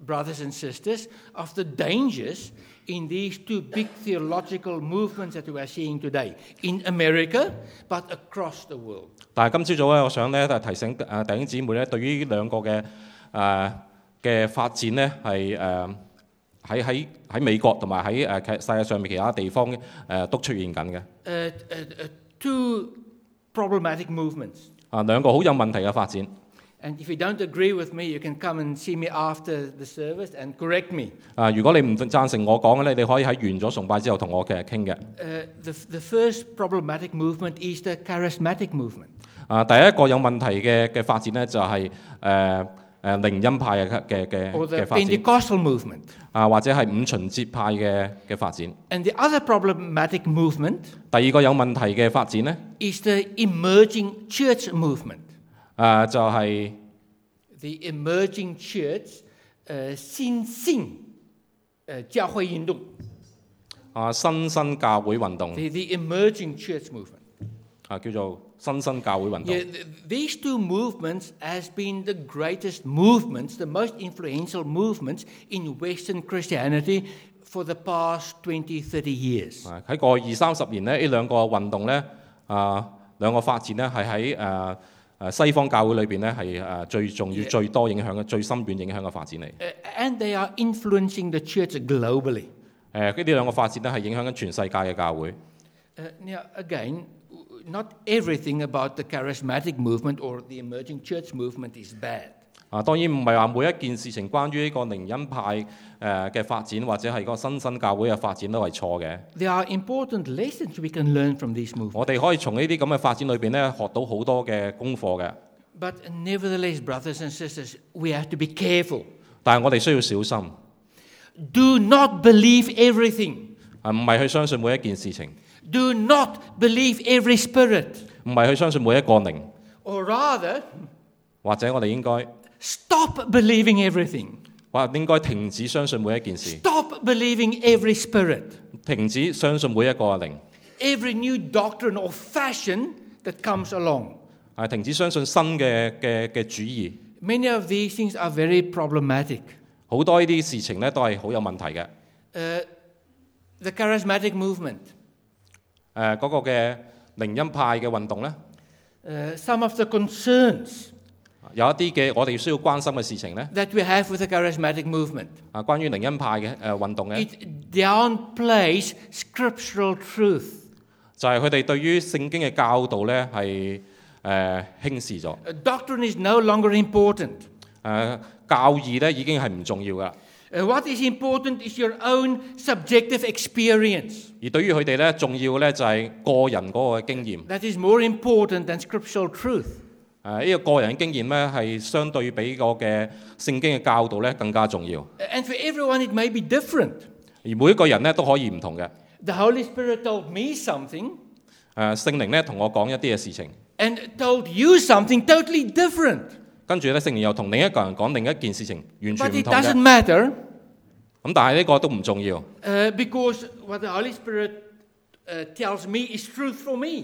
brothers and sisters of the dangers in these two big theological movements that we are seeing today in America, but across the world. 但係今朝早咧，我想咧就提醒誒弟兄姊妹咧，對於呢兩個嘅誒嘅發展咧，係誒喺喺喺美國同埋喺誒其世界上面其他地方誒、呃都出現緊嘅。 Uh, uh, uh, two problematic movements. 啊，兩個好有問題嘅發展。 And if you don't agree with me, you can come and see me after the service and correct me. 啊，如果你唔贊成我講嘅咧，你可以喺完咗崇拜之後同我嘅傾嘅。 Uh, the, the first problematic movement is the charismatic movement. 啊，第一個有問題嘅嘅發展咧，就係誒誒靈恩派嘅嘅嘅 Or the 嘅發展， Pentecostal movement. 啊或者係五旬節派嘅嘅發展。 And the other problematic movement 第二個有問題嘅發展咧， is the emerging church movement. 啊就係、 The emerging church, uh, 新兴，呃，教会运动。啊新生教會運動 The, the emerging church movement. 啊，叫做新生教會運動 Yeah, th- these two movements has been the greatest movements, the most influential movements in Western Christianity for the past 20, 30 years. 啊！喺過去二三十年咧，呢兩個運動咧啊兩個發展咧係喺誒誒西方教會裏邊咧係誒最重要、最多影響嘅、最深遠影響嘅發展嚟。 Uh, and they are influencing the church globally. 誒呢兩個發展咧係影響緊全世界嘅教會。 Uh, now, again, w- not everything about the charismatic movement or the emerging church movement is bad. 啊，當然唔係話每一件事情關於呢個靈恩派誒呃嘅發展，或者係個新生教會嘅發展都係錯嘅。 There are important lessons we can learn from these movements. 我哋可以從呢啲咁嘅發展裏邊咧學到好多嘅功課嘅， But nevertheless, brothers and sisters, we have to be careful. 但係我哋需要小心， Do not believe everything. 啊唔係去相信每一件事情， Do not believe every spirit. 唔係去相信每一個靈， Or rather, 或者我哋應該 stop believing everything. 或應該停止相信每一件事， Stop believing every spirit, 停止相信每一個靈， every new doctrine or fashion that comes along. 啊停止相信新嘅嘅嘅主義。 Many of these things are very problematic. 好多呢啲事情咧都係好有問題嘅。誒、 Uh, the charismatic movement, 嗰、個嘅靈恩派嘅運動咧， uh, some of the concerns 有一啲嘅我哋需要關心嘅事情咧， that we have with the charismatic movement. 啊關於靈恩派嘅誒、呃、運動嘅， It downplays scriptural truth, 就係佢哋對於聖經嘅教導咧係誒輕視咗。誒、 Uh, doctrine is no longer important. 教義咧已經係唔重要噶， Uh, what is important is your own subjective experience. 而對於佢哋咧重要咧就係個人嗰個經驗。誒、啊 That is more important than scriptural truth. 呢個個人經驗咧係相對比個嘅聖經嘅教導咧更加重要， Uh, And for everyone, it may be different. 而每一個人咧都可以唔同嘅。誒、 The Holy Spirit told me something 啊聖靈咧同我講一啲嘅事情。 and told you something totally different. 跟住咧，聖靈又同另一個人講另一件事情，完全 But 唔 it 同嘅。 doesn't matter 咁但係呢個都唔重要， uh, because what the Holy Spirit uh, tells me is truth for me.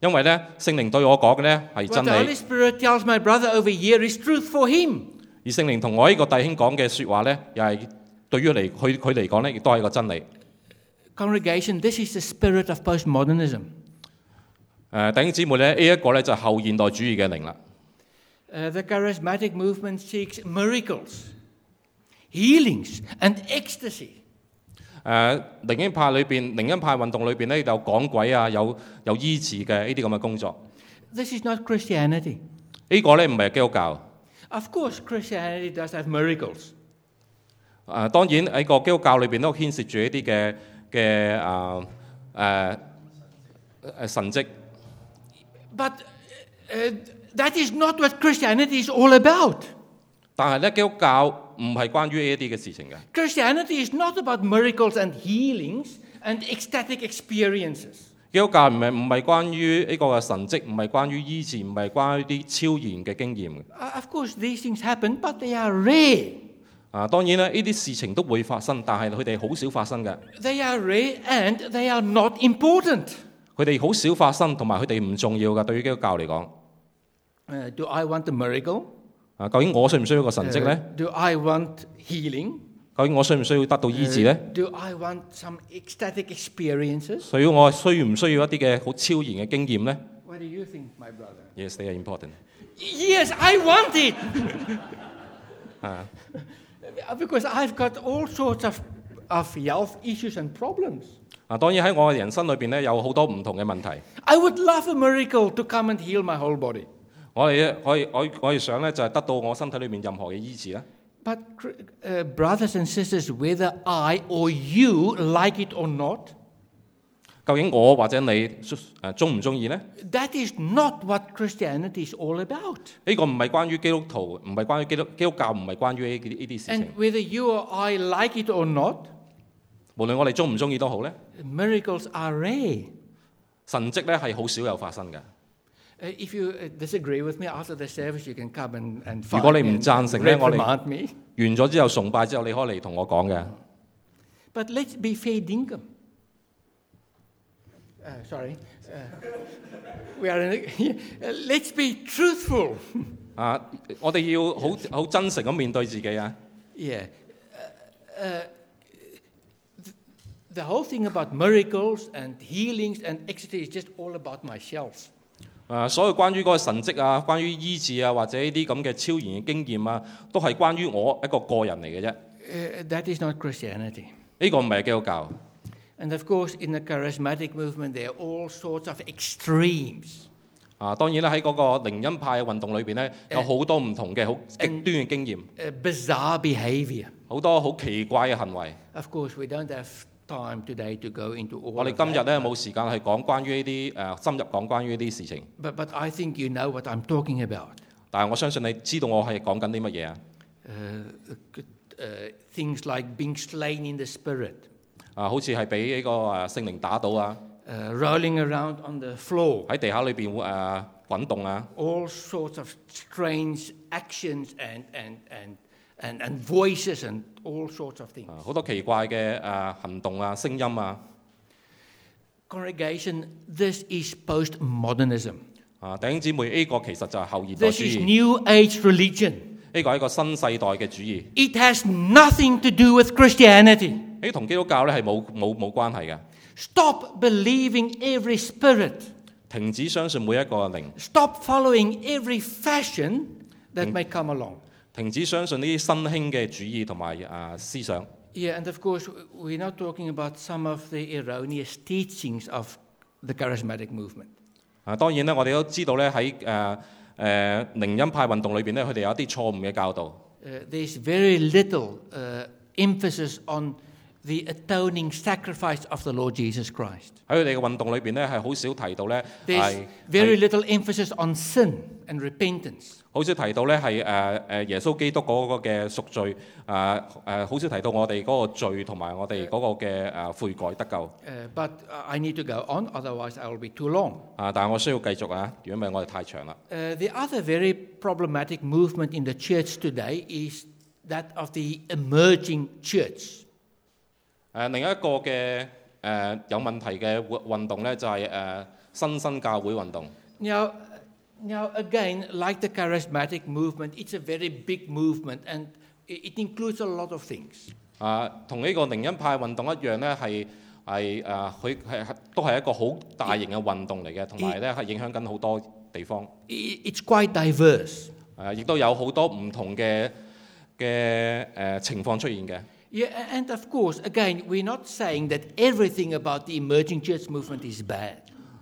因為咧聖靈對我講嘅咧係 What 真 the Holy 理， Spirit tells my brother over here is truth for him. 而聖靈同我呢個弟兄講嘅説話咧，又係對於嚟佢佢嚟講咧，亦都係一個真理。誒、 Congregation, this is the spirit of postmodernism. 啊弟兄姊妹咧，呢、一個咧就係後現代主義嘅靈啦。 Uh, the charismatic movement seeks miracles, healings, and ecstasy. 誒呃靈恩派裏邊，靈恩派運動裏邊咧有趕鬼啊，有有醫治嘅呢啲咁嘅工作。 This is not Christianity. 呢、個咧唔係基督教。 Of course, Christianity does have miracles. 誒、呃當然喺個基督教裏邊都牽涉住一啲嘅嘅誒誒誒神蹟。 But uh, uh, that is not what Christianity is all about. 但係咧，基督教唔係關於呢一啲嘅事情嘅。 Christianity is not about miracles and healings and ecstatic experiences. 基督教唔係唔係關於呢個嘅神蹟，唔係關於醫治，唔係關於啲超然嘅經驗嘅。 Uh, of course, these things happen, but they are rare. 啊，當然啦，呢啲事情都會發生，但係佢哋好少發生嘅。 They are rare and they are not important. 佢哋好少發生，同埋佢哋唔重要嘅。對於基督教嚟講， Uh, do I want a miracle? 啊，究竟我需唔需要一個神 Uh, 蹟呢？ do I want healing? 究竟我需唔需要得到醫治 Uh, 呢？ do I want some ecstatic experiences? 所以我需唔需要一啲嘅好超然嘅經驗呢 What do you think, my brother? y e s they are important。 Yes, I want it. Because I've got all sorts of, of health issues and problems. 啊，當然喺我嘅人生裏邊咧，有好多唔同嘅問題。 I would love a miracle to come and heal my whole body. 我哋可以我我哋想咧，就係得到我身體裏面任何嘅醫治啦。 But, uh, brothers and sisters, whether I or you like it or not, 究竟我或者你誒中唔中意呢？呢、 that is not what Christianity is all about. 個唔係關於基督徒，唔係關於基督基督教，唔係關於呢啲呢啲事 And 情。 whether you or I like it or not, 無論我哋中唔中意都好呢， miracles are rare. 神蹟呢係好少有發生嘅。 Uh, if you uh, disagree with me after the service, you can come and, and 如果 find 你 me 唔 and 贊成呢，我哋- reprimand me. 完咗之後崇拜之後，你可以嚟同我講嘅。 But let's be fair dinkum. Uh, sorry. Uh, we are in a, Uh, let's be truthful. 啊，我哋要好好真誠咁面對自己啊！ yeah. Uh, uh, th- the whole thing about miracles and healings and ecstasy is just all about myself. 啊，所有關於嗰個神蹟啊、關於醫治啊，或者呢啲咁嘅超然嘅經驗啊，都係關於我一個個人嚟嘅啫。 Uh, that is not Christianity. 呢個唔係基督教。 And of course, in the charismatic movement, there are all sorts of extremes. 啊，當然啦，喺嗰個靈恩派嘅運動裏邊咧，有好多唔同嘅好極端嘅經驗， uh, bizarre behavior. 好多好奇怪嘅行為。 Of course, we don't have time today to go into all 我哋 of 今日 that, 咧冇時間去講關於呢啲誒深入講關於呢啲事情， but, but I think you know what I'm talking about. 但係我相信你知道我係講緊啲乜嘢啊？ Uh, uh, things like being slain in the spirit, 啊，好似係俾呢個誒聖靈打到啊， uh, rolling around on the floor, 喺地下裏邊會誒滾動啊， all sorts of strange actions and, and, and, and, and voices and all sorts of things. 啊好多奇怪嘅誒行動啊、聲音啊。 Congregation, this is postmodernism. 啊，弟兄姊妹，呢、個其實就係後現代 This 主 is 義，呢、 New Age religion. 個係一個新世代嘅主義， It has nothing to do with Christianity. 呢同基督教咧係冇冇冇關係嘅。 Stop believing every spirit. 停止相信每一個靈， Stop following every fashion that may come along. 停止相信呢啲新興嘅主義同埋啊思想。 Yeah, and of course, we're not talking about some of the erroneous teachings of the charismatic movement. 啊，當然咧，我哋都知道咧喺誒誒靈恩派運動裏邊咧，佢哋有一啲錯誤嘅教導。 Uh, there's very little uh, emphasis on the atoning sacrifice of the Lord Jesus Christ. 喺佢哋嘅運動裏邊咧，係好少提到咧， There's 係 very 係 little emphasis on sin and repentance. 好少提到咧係誒誒耶穌基督嗰個嘅贖罪，啊誒好少提到我哋嗰個罪同埋我哋嗰個嘅誒悔改得救。 Uh, but I I need to go on, otherwise, I will be too long. 啊，但係我需要繼續啊，如果唔係我哋太長啦。 Uh, the other very problematic movement in the church today is that of the emerging church. 誒、呃另一個嘅誒、有問題嘅活運動咧，就係、誒、新生教會運動。 Now, now again, like the charismatic movement, it's a very big movement and i- it includes a lot of things. 啊，同呢個靈恩派運動一樣咧，係係誒，啊佢係係都係一個好大型嘅運動嚟嘅，同埋咧係影響緊好多地方。 I- It's quite diverse. 誒、亦都有好多唔同嘅嘅誒情況出現嘅。 Yeah, a- and of course, again, we're not saying that everything about the emerging church movement is bad.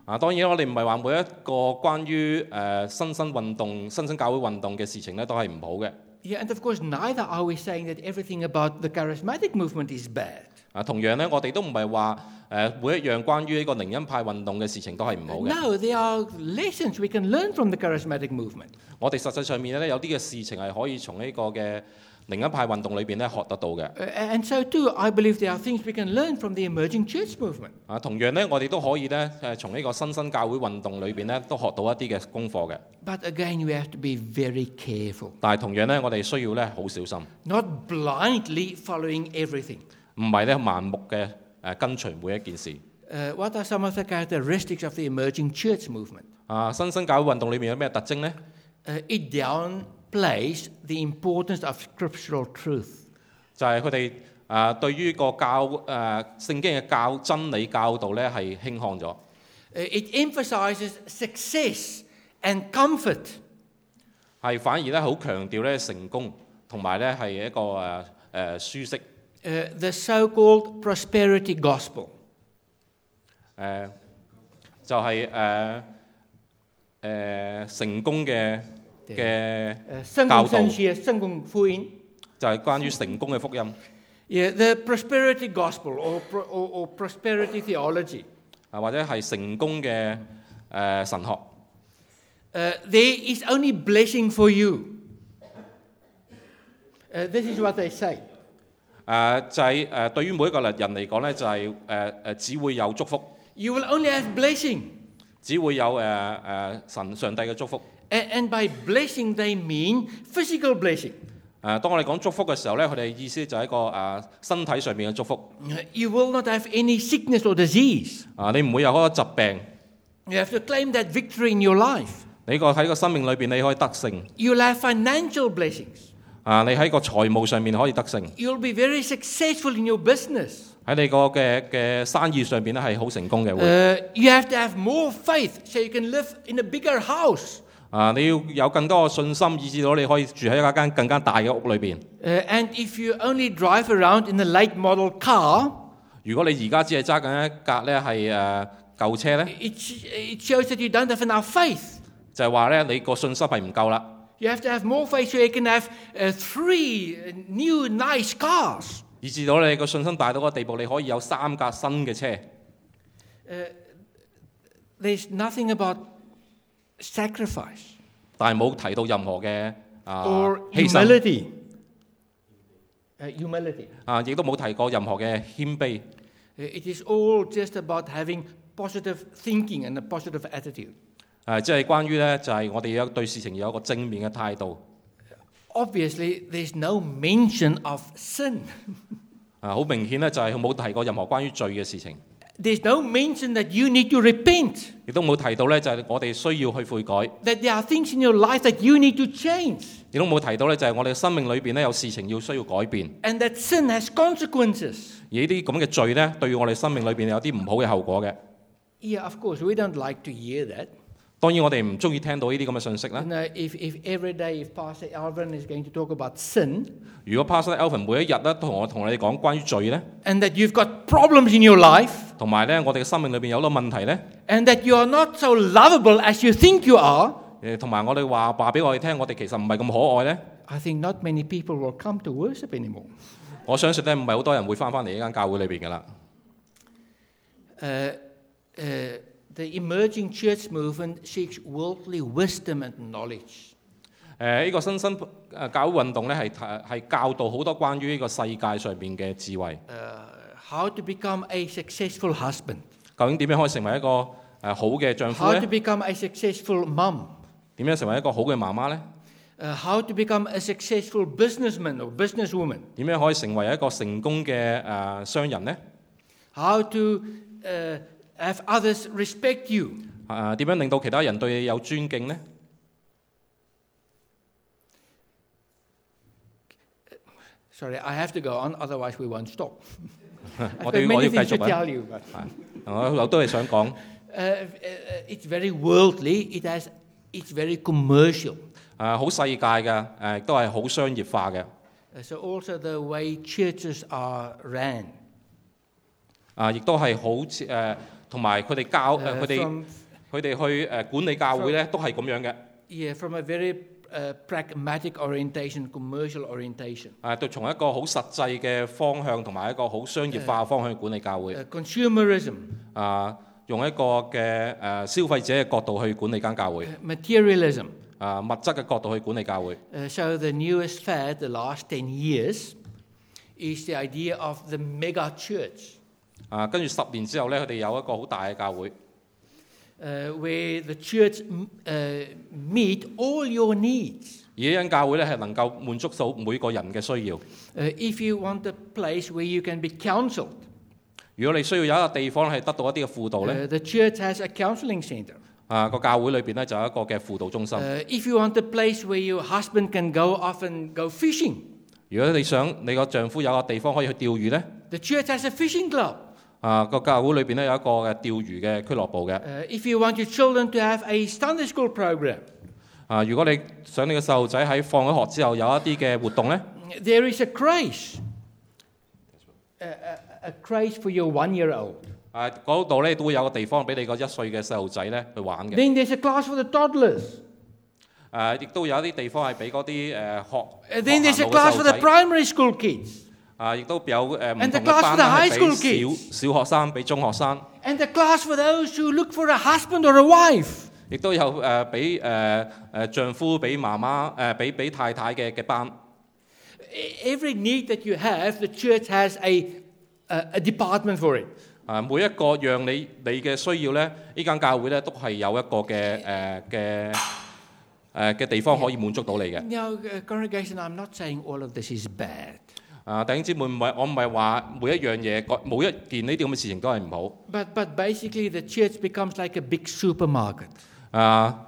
啊，當然我哋唔係話每一個關於誒、新生運動、新生教會運動嘅事情咧，都係唔好嘅。 Yeah, and of course, neither are we saying that everything about the charismatic movement is bad. 啊，同樣咧，我哋都唔係話誒每一樣關於呢個靈恩派運動嘅事情都係唔好嘅。 No, there are lessons we can learn from the charismatic movement. 我哋實際上面咧有啲嘅事情係可以從呢個嘅靈恩派運動裏邊咧學得到嘅。 Uh, and so, too, I believe there are things we can learn from the emerging church movement. 啊，同樣咧，我哋都可以咧誒從呢個新生教會運動裏邊咧都學到一啲嘅功課嘅。 But again, we have to be very careful, 但係同樣咧，我哋需要咧好小心， not blindly following everything. 唔係咧盲目嘅誒跟隨每一件事。 Uh, what are some of the characteristics of the emerging church movement? 啊，新生教會運動裏面有咩特徵呢？ Uh, it downplays the importance of scriptural truth. 就係佢哋啊對於個教誒、啊聖經嘅教真理教導咧係輕看咗。 Uh, it emphasizes success and comfort. 係反而咧好強調咧成功，同埋咧係一個誒誒、呃舒適誒、 Uh, the so called prosperity gospel. 呃就係誒誒成功嘅嘅 Uh, 教圣公導。圣学、圣公福音。就係關於成功嘅福音 Yeah, the prosperity gospel or, pro, or, or prosperity theology. 啊，或者係成功嘅誒、呃神學 Uh, there is only blessing for you. Uh, this is what they say. 誒、呃就係、誒、對於每一個人嚟講咧就係誒誒只會有祝福， You will only have blessing. 只會有誒誒、呃神上帝嘅祝福。誒、 A- And, by blessing, they mean physical blessing. 當啊我哋講祝福嘅時候咧，佢哋意思就係一個誒、呃身體上面嘅祝福 Uh, You will not have any sickness or disease. 啊，你唔會有嗰個疾病。 You have to claim that victory in your life. 你個喺個生命裏邊你可以得勝， You'll have financial blessings. 啊，你喺個財務上面可以得勝， You'll be very successful in your business. 喺你個嘅嘅生意上邊咧係好成功嘅會， Uh, you have to have more faith so you can live in a bigger house. 啊，你要有更多嘅信心，以至到你可以住喺一間更加大嘅屋裏邊。 Uh, and if you only drive around in a late model car, 如果你而家只係揸緊一架呃咧係誒舊車咧， it, sh- it shows that you don't have enough faith. 就係話咧你個信心係唔夠啦。 You have to have more faith so you can have uh, three uh, new nice cars. 以至到你個信心大到個地步，你可以有三架新嘅車。 There's nothing about sacrifice 但係冇提到任何嘅啊 or 犧牲 humility. Uh, humility. 啊，亦都冇提過任何嘅謙卑， Uh, It is all just about having positive thinking and a positive attitude. 誒、啊即係關於咧就係、我哋有對事情有一個正面嘅態度。 Obviously, there's no mention of sin. 啊，好明顯咧就係佢冇提過任何關於罪嘅事情， There's no mention that you need to repent, 亦都冇提到咧就係、我哋需要去悔改， that there are things in your life that you need to change, 亦都冇提到咧就係、我哋嘅生命裏邊咧有事情要需要改變。 and that sin has consequences. 而呢啲咁嘅罪咧，對我哋生命裏邊有啲唔好嘅後果嘅。 Yeah, of course, we don't like to hear that. 當然我哋唔中意聽到呢啲咁嘅信息啦 You。know, if, if every day, if Pastor Alvin is going to talk about sin 如果 Pastor Alvin 每一日咧同我同你講關於罪咧， and that you've got problems in your life 同埋咧我哋嘅生命裏邊有好多問題咧。 and that you are not so lovable as you think you are, 誒呃同埋我哋話話俾我哋聽，我哋其實唔係咁可愛呢。 I think not many people will come to worship anymore. 我相信咧，唔係好多人會翻翻嚟呢間教會裏邊噶啦。 Uh, uh, the emerging church movement seeks worldly wisdom and knowledge. 誒、呃呢個新生誒教會運動咧，係係教導好多關於呢個世界上面嘅智慧， uh, how to become a successful husband, 究竟點樣可以成為一個誒好嘅丈夫 how to 呢？ become a successful mom, 點樣成為一個好嘅媽媽呢？ uh, how to become a successful businessman or businesswoman, 點樣可以成為一個成功嘅誒、呃商人呢？ how to uh, have others respect you. 誒、點樣啊令到其他人對你有尊敬呢？ Sorry, I have to go on, otherwise we won't stop. I've 我哋 got 我 many 要 things 繼 to 續啊！ tell you, but 我我都係想講，誒、 uh, uh, it's very worldly. It has, it's very commercial. 啊好世界嘅，誒、亦都係好商業化嘅。 Uh, so also the way churches are ran. 啊，亦都係好似誒，同埋佢哋教誒呃 uh, 佢哋 from, 佢哋去誒管理教會咧，都係咁樣嘅。 yeah, from a very uh, pragmatic orientation, commercial orientation. 啊，對，從一個好實際嘅方向同埋一個好商業化嘅方向去管理教會。 Uh, consumerism, 啊，用一個嘅誒消費者嘅角度去管理間教會 uh,。materialism. 啊，物質嘅角度去管理教會。 Uh, so the newest fad, the last 10 years, is the idea of the mega church, 啊，跟住十年之後咧，佢哋有一個好大嘅教會， uh, where the church m- uh, meet all your needs. 而呢間教會咧係能夠滿足到每個人嘅需要。 Uh, if you want a place where you can be counseled, 如果你需要有一個地方係得到一啲嘅輔導咧， uh, the church has a counseling center. 啊個教會裏邊咧就有一個嘅輔導中心。 Uh, if you want a place where your husband can go off and go fishing, 如果你想你個丈夫有個地方可以去釣魚呢， the church has a fishing club. 啊個教會裏邊咧有一個嘅釣魚嘅俱樂部嘅。 Uh, if you want your children to have a Sunday school program, 啊，如果你想你個細路仔喺放咗學之後有一啲嘅活動呢， There is a craze. A, a, a craze for your one year old. 啊嗰度呢都會有個地方俾你個一歲嘅細路仔呢去玩嘅。 Then there's a class for the toddlers. 啊，亦都有一啲地方係俾嗰啲誒學 And then there's 學 a 行路嘅 class 細 for 路 the 仔。 primary school kids. 啊，亦都有誒唔、 And 同 the 嘅 class for 班 the 啦，係 high school 俾小小學生，俾中學生， And a class for those who look for a husband or a wife. 亦都有誒俾誒誒丈夫，俾媽媽，誒俾俾太太嘅嘅班。 E- Every need that you have, the church has a, a, a department for it. 啊，每一個讓你你嘅需要咧，呢間教會咧都係有一個嘅誒嘅誒嘅地方可以滿足到你嘅。 Now, uh, congregation, I'm not saying all of this is bad. 啊，弟兄姊妹唔係我唔係話每一樣嘢，各每一件呢啲咁嘅事情都係唔好。 But, but basically, the church becomes like a big supermarket. 啊，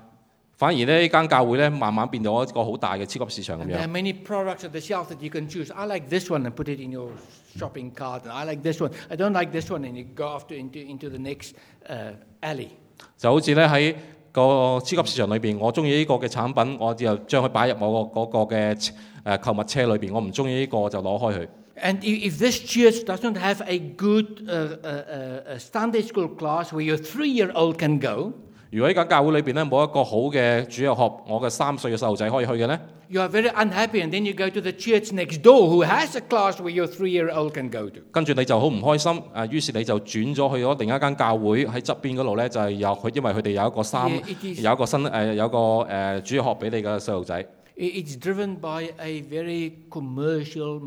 反而咧呢間教會咧慢慢變到一個好大嘅超級市場咁 And there are 樣。 many products on the shelf that you can choose. I like this one and put it in your shopping cart. And I like this one. I don't like this one, and you go off to into, into the next uh, alley. 就好似咧喺個超級市場裏邊，我中意呢個嘅產品，我就將佢擺入我個嗰個嘅誒購物車裏邊。我唔中意呢個我就攞開佢。 And i- if this church doesn't have a good uh, uh, uh, uh, Sunday school class where your three year old can go, 如果呢間教會裏邊咧冇一個好嘅主日學，我嘅三歲嘅細路仔可以去嘅呢， you are very unhappy, and then you go to the church next door who has a class where your three year old can go to. 跟住你就好唔開心。啊，於是你就轉咗去咗另一間教會喺側邊嗰度呢，就係有佢，因為佢哋有一個三 Yeah, it is- 有一個新誒有一個誒主日學俾你嘅細路仔。 I- It's driven by a very commercial,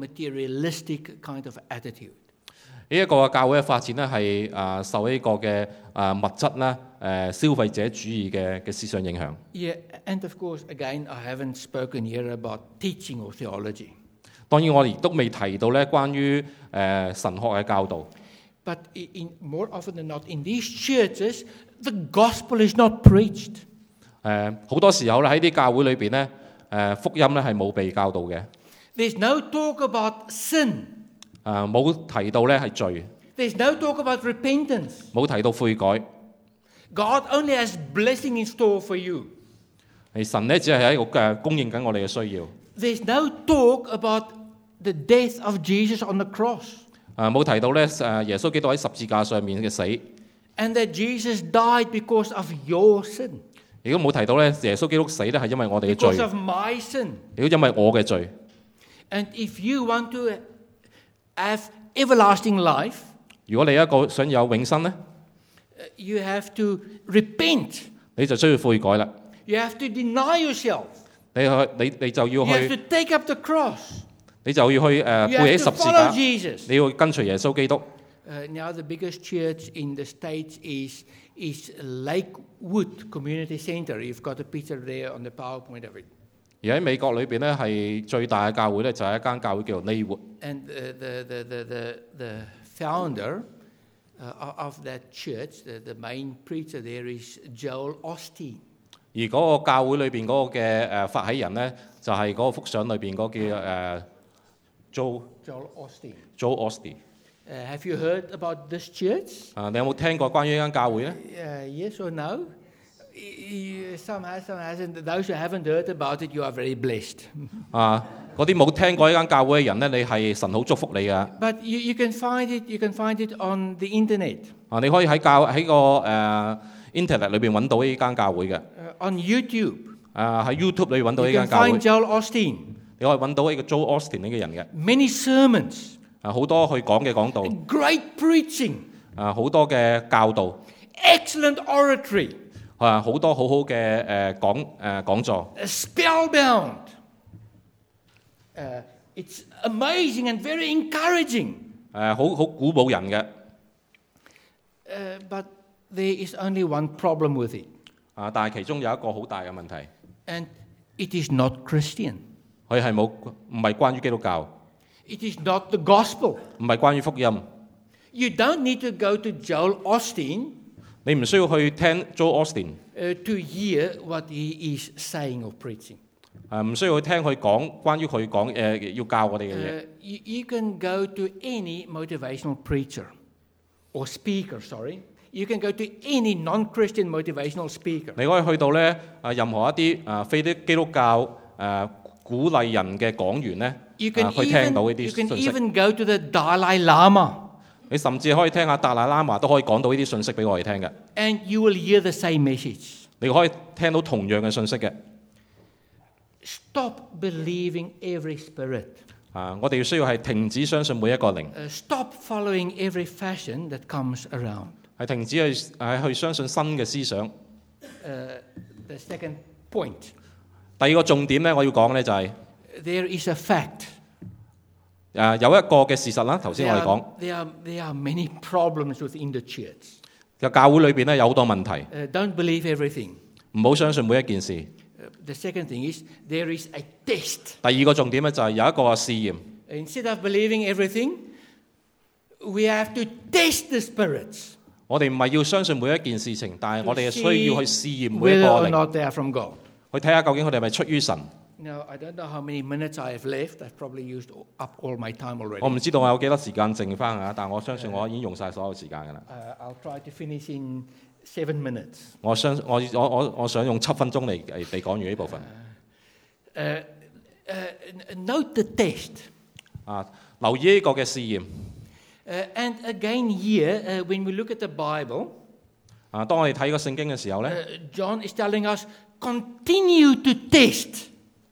materialistic kind of attitude. 呢啊一個嘅教會嘅發展咧係啊受呢個嘅啊物質啦誒消費者主義嘅嘅思想影響。 Yeah, and of course, again, I haven't spoken here about teaching or theology. 當然我哋亦都未提到咧關於誒、呃神學嘅教導。 But i- in, more often than not, in these churches, the gospel is not preached. 誒、好多時候咧喺啲教會裏邊咧誒福音咧係冇被教導嘅，誒、 There's no talk about sin. 冇提到咧係罪， There's no talk about repentance. 冇提到悔改。 God only has blessing in store for you. 係神咧只係喺個誒供應緊我哋嘅需要。誒、 There's no talk about the death of Jesus on the cross 冇提到咧誒耶穌基督喺十字架上面嘅死，亦 and that Jesus died because of your sin, 都冇提到咧耶穌基督死咧係因為我哋嘅 because 罪， of my sin. 亦都因為我嘅罪。 And if you want to have everlasting life, 如果你一個想有永生咧， uh, you have to repent. 你就需要悔改啦。 You have to deny yourself. 你去你你就要 You have to 去， take up the cross. 你就要去誒、呃 You 背 have 起 to 十字 follow 架， Jesus. 你要跟隨耶穌基督。 Uh, now the biggest church in the states is is Lakewood Community Center. You've got a picture there on the PowerPoint of it. 而喺美國裏邊咧，係最大嘅教會咧，就係、一間教會叫做 l a y w o o d And uh, the, the, the, the, the founder uh, o- of that church, the, the main preacher there is Joel Osteen. 而嗰個教會裏邊嗰個嘅誒發起人咧，就係、嗰個幅相裏邊嗰個叫誒、呃 Joe Joel Osteen. Joe Osteen。 Uh, have you heard about this church? 啊，你有冇聽過關於呢間教會咧？ Uh, yes or no? Y- y- Some has, some hasn't. Those who haven't heard about it, you are very blessed. 啊，嗰啲冇聽過呢間教會嘅人咧，你係神好祝福你噶。 But you, you can find it. You can find it on the internet. 啊，你可以喺教喺個誒、呃 Internet 裏邊揾到呢間教會嘅。 Uh, on YouTube. 啊，喺 YouTube 裏邊揾到 You 呢 can 間教會 find。Joel Austin. 你可以揾到呢個 Joe Austin 呢個人嘅， Many sermons, 啊好多佢講嘅講道， great preaching, 啊好多嘅教導， excellent oratory, 啊好多好好嘅誒講誒講座， uh, spellbound. Uh, it's amazing and very encouraging. 誒好好鼓舞人嘅， Uh, but there is only one problem with it, 啊但係其中有一個好大嘅問題， and it is not Christian. 佢係冇唔係關於基督教， It is not the gospel. 唔係關於福音， You don't need to go to Joel Austin 你唔需要去聽 Joe Austin， uh, to hear what he is saying or preaching. 誒啊唔需要去聽佢講關於佢講誒要教我哋嘅嘢， Uh, you, you can go to any motivational preacher or speaker, sorry. You can go to any non Christian motivational speaker. 你可以去到咧啊任何一啲啊非啲基督教誒鼓勵人嘅講員咧， You can, 啊去聽 even, 到呢 you 啲 can 信息。 even go to the Dalai Lama 你甚至可以聽下達賴喇嘛都可以講到呢啲信息俾我哋聽嘅， and you will hear the same message. 你可以聽到同樣嘅信息嘅。 Stop believing every spirit. 啊，我哋要需要係停止相信每一個靈， Uh, stop following every fashion that comes around. 係停止去係去相信新嘅思想。 Uh, the second point 第二個重點咧，我要講咧就係、 there is a fact. 啊有一個嘅事實啦，頭先 There 我哋 are, 講 there, are, there are many problems within the church. 嘅教會裏邊咧有好多問題， Uh, don't believe everything. 唔好相信每一件事。 Uh, the second thing is there is a test. 第二個重點咧就係有一個試驗， Instead of believing everything, we have to test the spirits 我哋唔係要相信每一件事情，但係我哋係需要去試驗每一 whether 個 or 靈， not they are from God. 去睇下究竟佢哋係咪出於神。 Now, I don't know how many minutes I have left. I've probably used all- up all my time 我 already. 唔知道我有幾多時間剩翻啊，但我相信我已經用晒所有時間㗎啦。 Uh, I'll try to finish in seven minutes. 我相我我我我想用七分鐘嚟嚟嚟講完呢部分。 Uh, uh, n- note the test. 啊，留意呢個嘅試驗。 Uh, and again, here, uh, when we look at the Bible, 啊，當我哋睇個聖經嘅時候 uh, 咧， John is telling us continue to test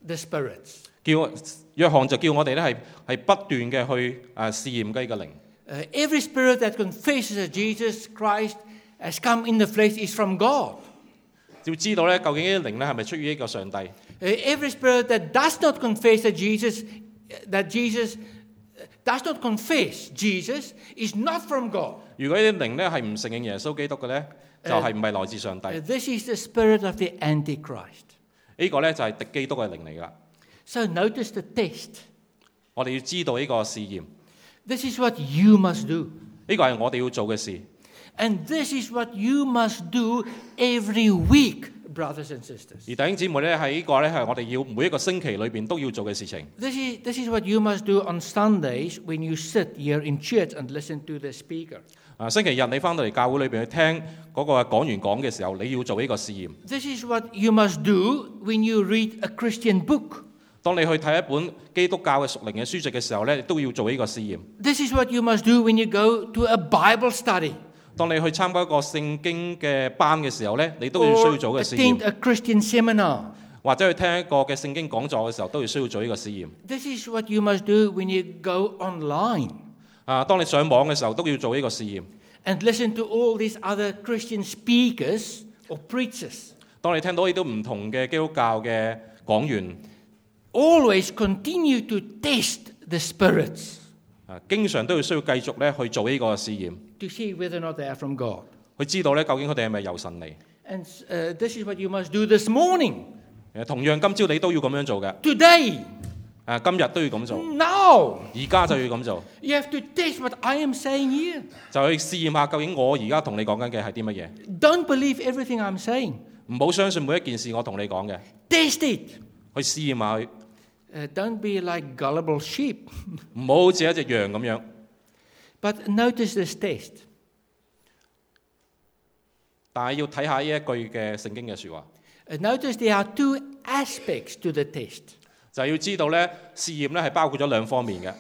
the spirits. 叫我約翰就叫我哋咧係係不斷嘅去啊試驗呢個靈。 Uh, every spirit that confesses that Jesus Christ has come in the flesh is from God. 要知道咧，究竟呢啲靈咧係咪出於呢個上帝？ Uh, every spirit that does not confess that Jesus, that Jesus uh, does not confess Jesus is not from God. 如果呢啲靈咧係唔承認耶穌基督嘅咧，就係唔係來自上帝？ Uh, this is the spirit of the Antichrist. 呢個咧就係敵基督嘅靈嚟噶。 So notice the test. 我哋要知道呢個試驗， This is what you must do. 呢個係我哋要做嘅事。 And this is what you must do every week, brothers and sisters. 而弟兄姊妹咧，喺呢個咧係我哋要每一個星期裏邊都要做嘅事情。 This is, this is what you must do on Sundays when you sit here in church and listen to the speaker. 啊，星期日你翻到嚟教會裏邊去聽嗰個講員講嘅時候，你要做呢個試驗。 This is what you must do when you read a Christian book. 當你去睇一本基督教嘅屬靈嘅書籍嘅時候咧，都要做呢個試驗。 This is what you must do when you go to a Bible study 當你去參加一個聖經嘅班嘅時候咧，你都要需要 or 做嘅試 attend 驗， a Christian seminar. 或者去聽一個嘅聖經講座嘅時候，都要需要做呢個試驗。 This is what you must do when you go online 啊，當你上網嘅時候，都要做呢個試驗。 and listen to all these other Christian speakers or preachers. 當你聽到呢啲唔同嘅基督教嘅講員， Always continue to test the spirits 啊，經常都要需要繼續咧去做呢個試驗， to see whether or not they are from God. 去知道咧究竟佢哋係咪由神嚟。 And uh, this is what you must do this morning, 誒，同樣今朝你都要咁樣做嘅， today, 啊，今日都要咁做， now. 而家就要咁做， You have to test what I am saying here. 就去試驗下究竟我而家同你講緊嘅係啲乜嘢。 Don't believe everything I'm saying. 唔好相信每一件事我同你講嘅， Test it. 去試驗下佢， Uh, don't be like gullible sheep. 唔好好似一隻羊咁樣。 But notice this test. 但係要睇下呢一句嘅聖經嘅説話， Uh, notice there are two aspects to the test. 就係要知道咧試驗咧係包括咗兩方面嘅。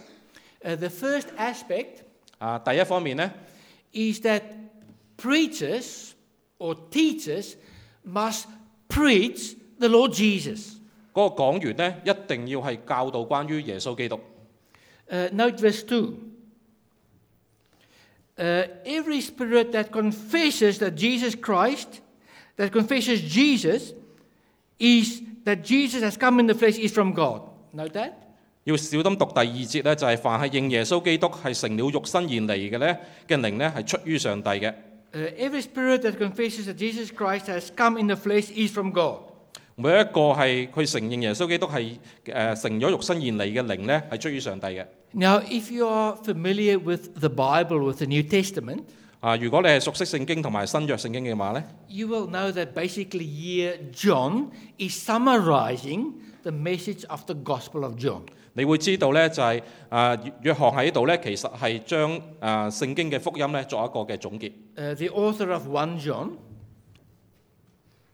Uh, the first aspect 啊，第一方面咧 is that preachers or teachers must preach the Lord Jesus. 嗰、個講員咧一定要係教導關於耶穌基督。 Uh, note verse 2. Uh, every spirit that confesses that Jesus Christ, that confesses Jesus, is that Jesus has come in the flesh is from God. Note that. 要小心讀第二節咧，就係、凡係認耶穌基督係成了肉身而嚟嘅咧嘅靈咧係出於上帝嘅。 Uh, every spirit that confesses that Jesus Christ has come in the flesh is from God. 每一個係佢承認耶穌基督係誒、呃成咗肉身而嚟嘅靈咧係出於上帝嘅。 Now, if you are familiar with the Bible, with the New Testament, 啊，如果你係熟悉聖經同埋新約聖經嘅話咧。 you will know that basically here John is summarizing the message of the Gospel of John. 你會知道咧，就係、啊、約翰喺度咧，其實係將啊聖經嘅福音咧作一個嘅總結。 Uh, the author of 1 John,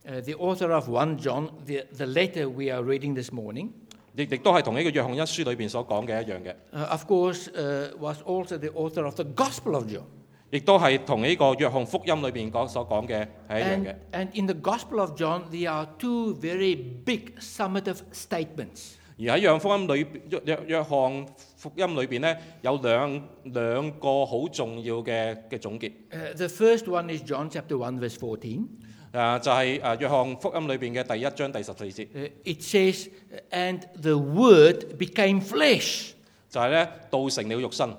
uh, the author of 1 John, the, the letter we are reading this morning, 亦亦都係同呢個約翰一書裏邊所講嘅一樣嘅， uh, of course, uh, was also the author of the Gospel of John. 亦都係同呢個約翰福音裏邊講所講嘅係一樣嘅 And,。and in the Gospel of John, there are two very big summative statements. 而喺約翰福音裏約約約翰福音裏邊咧，有兩兩個好重要嘅嘅總結。 Uh, the first one is John chapter 1, verse 14. 啊，就係、啊約翰福音裏邊嘅第一章第十四節， Uh, it says, uh, And the Word became flesh. 就係咧道成了肉身，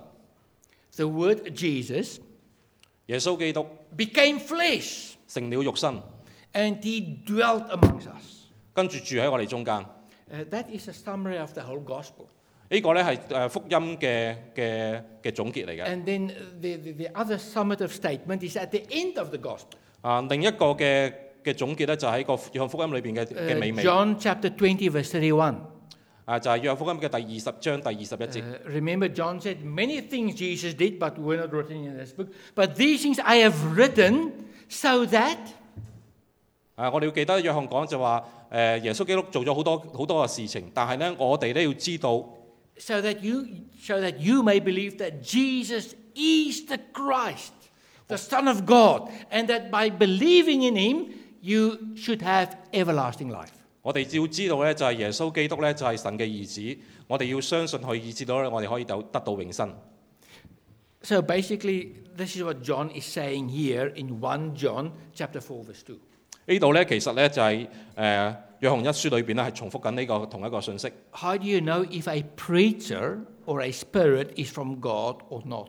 The Word, Jesus, 耶穌基督 became flesh, 成了肉身， and He dwelt amongst us. 跟住住喺我哋中間。 Uh, that is a summary of the whole gospel. 呢個咧係誒福音嘅嘅嘅總結嚟嘅。 And then uh, the, the, the other summative statement is at the end of the gospel. 啊，另一個嘅嘅總結咧就喺個約翰福音裏邊嘅 Uh, 嘅尾尾。 John chapter 20, verse 31. 啊，就係約翰福音嘅第二十章第二十一 Uh, 節。 remember, John said, Many things Jesus did, but were not written in this book. But these things I have written so that 啊，我哋要記得約翰講就話，誒、耶穌基督做咗好多好多嘅事情，但係咧，我哋咧要知道， so that you so that you may believe that Jesus is the Christ, the Son of God, and that by believing in him you should have everlasting life. 我哋要知道咧就係、耶穌基督咧就係、神嘅兒子，我哋要相信佢，以至到咧我哋可以有得到永生。 So basically, this is what John is saying here in 1 John chapter 4 verse 2. 呢度咧其實咧就係、誒、約翰一書裏邊咧係重複緊呢個同一個信息。 How do you know if a preacher or a spirit is from God or not?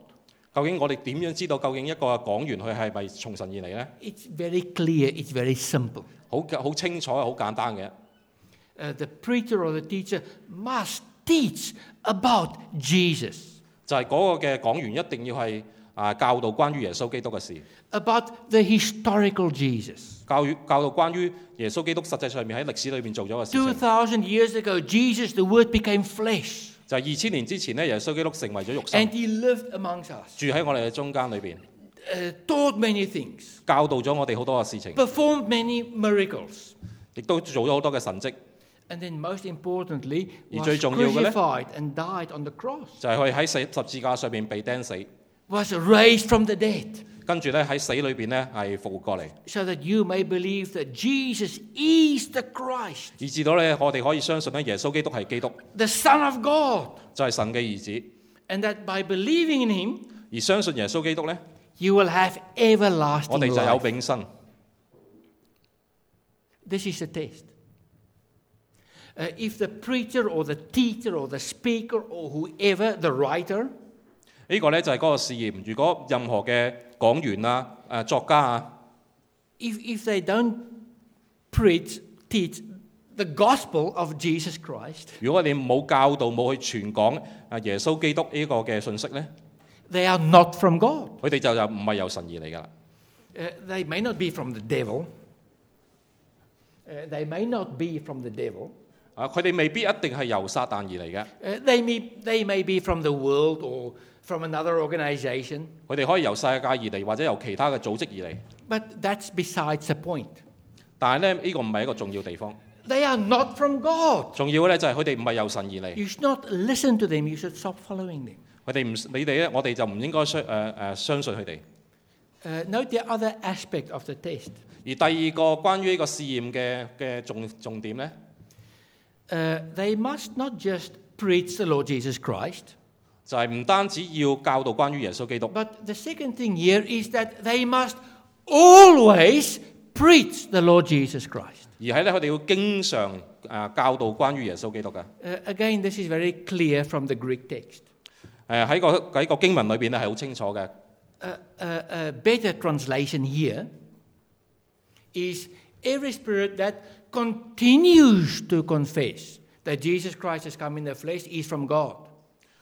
究竟我哋點樣知道究竟一個講員佢係咪從神而嚟呢？ It's very clear, it's very simple. 好好清楚，好簡單嘅。 Uh, the preacher or the teacher must teach about Jesus, 就係嗰個嘅講員一定要係啊教導關於耶穌基督嘅事， about the historical Jesus. 教教導關於耶穌基督實際上面喺歷史裏面做咗嘅事情， 2,000 years ago, Jesus, the Word, became flesh 就係二千年之前咧，耶穌基督成為咗肉 and 身， he lived amongst us, 住喺我哋嘅中間裏邊， uh, taught many things, 教導咗我哋好多嘅事情， performed many miracles, 亦都做咗好多嘅神跡， and then, most importantly, Jy was 最重要嘅呢？ crucified and died on the cross, 就係佢喺死十字架上面被釘死， was raised from the dead. 跟住咧喺死裏邊咧係復活過嚟， so that you may believe that Jesus is the Christ, 以至到咧我哋可以相信咧耶穌基督係基督， the Son of God, 就係神嘅兒子， and that by believing in Him, 而相信耶穌基督咧， you will have 我 everlasting 哋就 life. 有永生。 This is the test. Uh, if the preacher or the teacher or the speaker or whoever, the writer, 呢個呢就係嗰個試驗。如果任何嘅講員啊、誒、作家啊， if, if they don't preach, teach the gospel of Jesus Christ, 如果你冇教導、冇去傳講啊耶穌基督呢個嘅信息呢， they are not from God. 佢哋就就唔係由神而嚟㗎啦。 Uh, they may not be from the devil. Uh, they may not be from the devil. 啊，佢哋未必一定係由撒旦而嚟嘅， Uh, they, may, they may be from the world or from another organization, 佢哋可以由世界而嚟，或者由其他嘅組織而嚟。 but that's besides the point. 但係呢，呢、個唔係一個重要地方。 They are not from God. 重要嘅呢就係佢哋唔係由神而嚟， You should not listen to them, you should stop following them. 佢哋唔你哋呢，我哋就唔應該相誒誒、相信佢哋。 Uh, note the other aspect of the test. 而第二個關於呢個試驗嘅嘅重重點呢， Uh, they must not just preach the Lord Jesus Christ, 就係、唔單止要教導關於耶穌基督。 but the second thing here is that they must always preach the Lord Jesus Christ. 而係咧，佢哋要經常誒教導關於耶穌基督嘅。 Uh, again, this is very clear from the Greek text. 誒喺個喺個經文裏邊咧係好清楚嘅。 A, Uh, a, a better translation here is every spirit that continues to confess that Jesus Christ has come in the flesh is from God.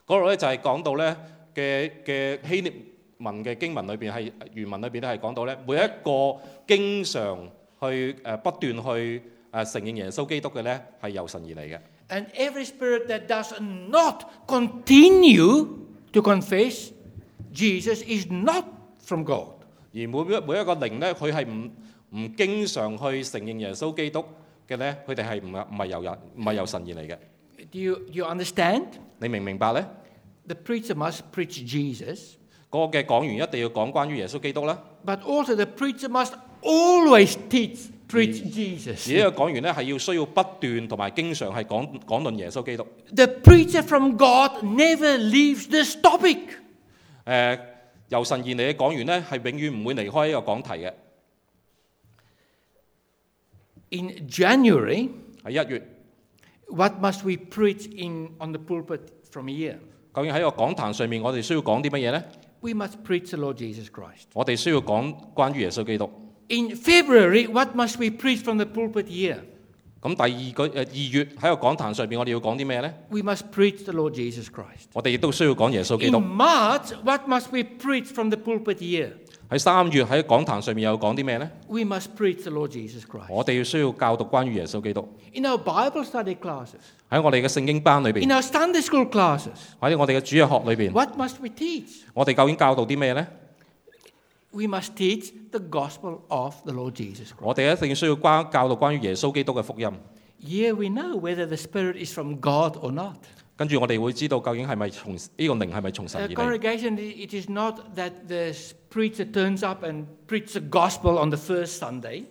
嗰度咧就係講到咧嘅嘅希臘文嘅經文裏邊係原文裏邊咧係講到咧，每一個經常去誒不斷去誒承認耶穌基督嘅咧係由神而嚟嘅。 And every spirit that does not continue to confess Jesus is not from God. 而每一每一個靈咧，佢係唔唔經常去承認耶穌基督嘅咧，佢哋係唔係唔係由人唔係由神而嚟嘅。 Do you, you understand? 你明唔明白咧？ The preacher must preach Jesus, 嗰、個嘅講員一定要講關於耶穌基督啦。 but also the preacher must always teach, preach Jesus. 而呢個講員咧係要需要不斷同埋經常係講講論耶穌基督。誒、 The preacher from God never leaves this topic. 由呃神而嚟嘅講員咧係永遠唔會離開呢個講題嘅。 In January, 喺一月， what must we preach in on the pulpit from here? 究竟喺個講壇上面，我哋需要講啲乜嘢呢？ We must preach the Lord Jesus Christ. 我哋需要講關於耶穌基督。 In February, what must we preach from the pulpit here? 咁第二個誒二月喺個講壇上面，我哋要講啲咩呢？ We must preach the Lord Jesus Christ. 我哋亦都需要講耶穌基督。 In March, what must we preach from the pulpit here? 喺三月喺講壇上面又講啲咩呢？ We must preach the Lord Jesus Christ. 我哋要需要教導關於耶穌基督。 In our Bible study classes, 喺我哋嘅聖經班裏邊， in our Sunday school classes, 喺我哋嘅主日學裏邊， what must we teach? 我哋究竟教導啲咩呢？ we must teach the gospel of the Lord Jesus Christ. 我哋一定需要關教導關於耶穌基督嘅福音， Here we know whether the Spirit is from God or not. 跟住我哋會知道究竟係咪從呢個靈係咪從神而 The 嚟。 congregation, it is not that the preacher turns up and preaches the gospel on the first Sunday,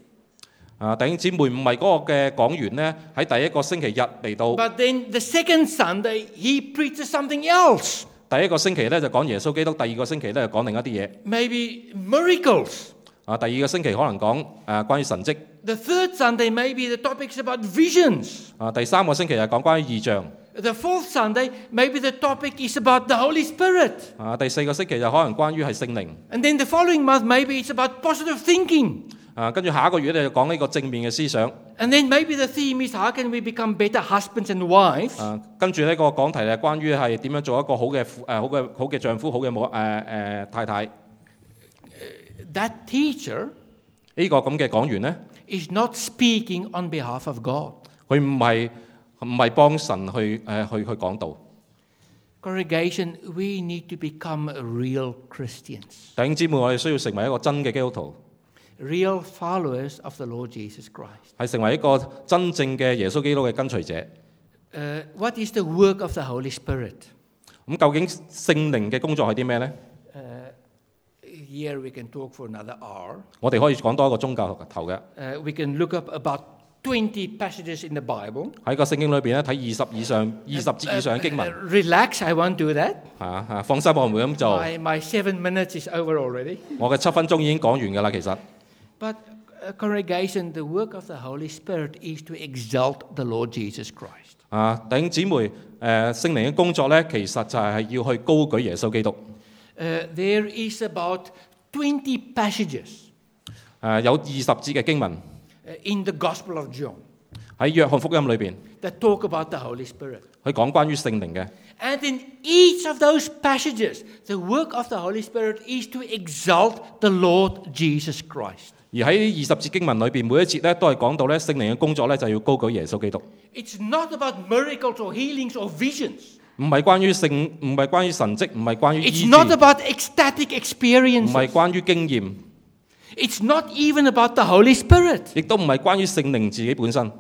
啊，弟兄姊妹唔係嗰個嘅講員呢，喺第一個星期日嚟到， but then the second Sunday he preaches something else. 第一個星期呢就講耶穌基督，第二個星期呢就講另一啲嘢， Maybe miracles. 啊，第二個星期可能講誒、啊、關於神蹟， The third Sunday, maybe the topics about visions. 啊，第三個星期就講關於異象， The fourth Sunday, maybe the topic is about the Holy Spirit. 啊，第四個星期就可能關於係聖靈， And then the following month, maybe it's about positive thinking. 啊，跟住下一個月呢就講呢個正面嘅思想， And then maybe the theme is how can we become better husbands and wives. 啊，跟住呢個講題咧，關於係點樣做一個好嘅夫誒、呃好嘅好嘅丈夫、好嘅母誒誒太太。 That teacher 呢、個咁嘅講員呢， is not speaking on behalf of God. 佢唔係唔係幫神去誒、呃去去講道。 Congregation, we need to become real Christians, 弟兄姊妹，我哋需要成為一個真嘅基督徒， real followers of the Lord Jesus Christ. 係成為一個真正嘅耶穌基督嘅跟隨者。 Uh, what is the work of the Holy Spirit? 咁究竟聖靈嘅工作係啲咩呢？ Here we can talk for another hour. 我哋可以講多一個宗教頭嘅 Uh, we can look up about 20 passages in the Bible. 喺個聖經裏邊咧，睇二十以上、二十節以上嘅經 文 Uh, relax, I won't do that. 嚇嚇、啊放心，我唔會咁做。 My, my seven minutes is over already. 我嘅七分鐘已經講完㗎啦，其實。 But, uh, congregation, the work of the Holy Spirit is to exalt the Lord Jesus Christ. 啊，弟兄姊妹，誒、聖靈嘅工作咧，其實就係要去高舉耶穌基督。誒、 Uh, there is about 20 passages 啊有二十節嘅經文 uh, in the Gospel of John 喺約翰福音裏邊， that talk about the Holy Spirit. 佢講關於聖靈嘅。 And in each of those passages, the work of the Holy Spirit is to exalt the Lord Jesus Christ. 而喺二十節經文裏邊，每一節咧都係講到咧聖靈嘅工作咧就要高舉耶穌基督， It's not about miracles or healings or visions. 唔係關於聖，唔係關於神蹟，唔係關於醫 It's 治， not 唔 about ecstatic experience. 係關於經驗， It's not even about the Holy Spirit. 亦都唔係關於聖靈自己本身，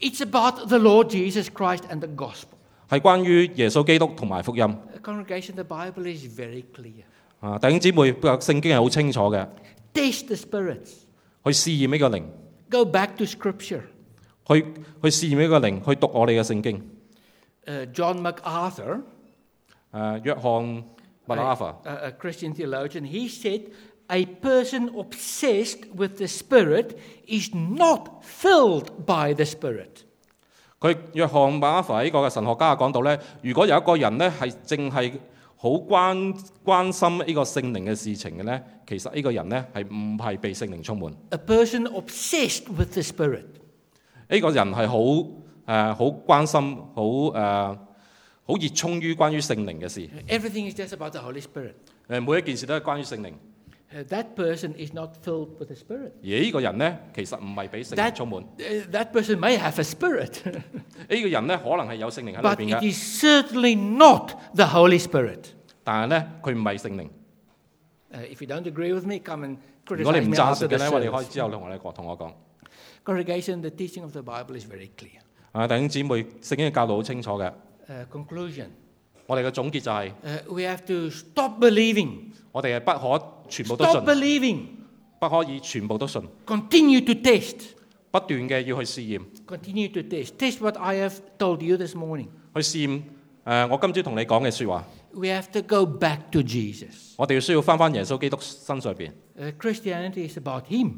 It's about the Lord Jesus Christ and the gospel. 係關於耶穌基督同埋福音。 Uh, Congregation, the Bible is very clear. 啊，弟兄姊妹，聖經係好清楚嘅， Test the spirits. 去試驗呢個 Go back to Scripture. 靈，去去試驗呢個靈，去讀我哋嘅聖經。 Uh, John MacArthur, 誒約啊翰麥拉法 a, a Christian theologian, he said, A person obsessed with the Spirit is not filled by the Spirit. 佢約翰麥拉法呢個嘅神學家講到咧，如果有一個人咧係淨係好關關心呢個聖靈嘅事情嘅咧，其實呢個人咧係唔係被聖靈充滿？呢、 A person obsessed with the Spirit 個人係好誒好關心，好誒好熱衷於關於聖靈嘅事。 Everything is just about the Holy Spirit. 誒每一件事都係關於聖靈， Uh, that person is not filled with the Spirit. 而呢個人咧其實唔係俾聖靈 That, 充滿。呢、 uh, that person may have a spirit, 個人咧可能係有聖靈喺 but 裏邊 it 嘅， is certainly not the Holy Spirit. 但係咧佢唔係聖靈。 Uh, if you don't agree with me, come and 如果你 criticize 唔 me 贊 after 成嘅 the 咧，我哋可以 service. 之後同我哋講，同我講。 Congregation, the teaching of the Bible is very clear. 啊，弟兄姊妹，聖經嘅教導好清楚嘅。 Uh, conclusion 我哋嘅總結就係、 uh, We have to stop believing. 我哋係不可全部都 Stop 信， believing. 不可以全部都信， Continue to test. 不斷嘅要去試驗， Continue to test. Test what I have told you this morning. 去試驗。誒、呃我今朝同你講嘅説話， We have to go back to Jesus. 我哋要需要翻翻耶穌基督身上邊。誒、 Uh, Christianity is about Him.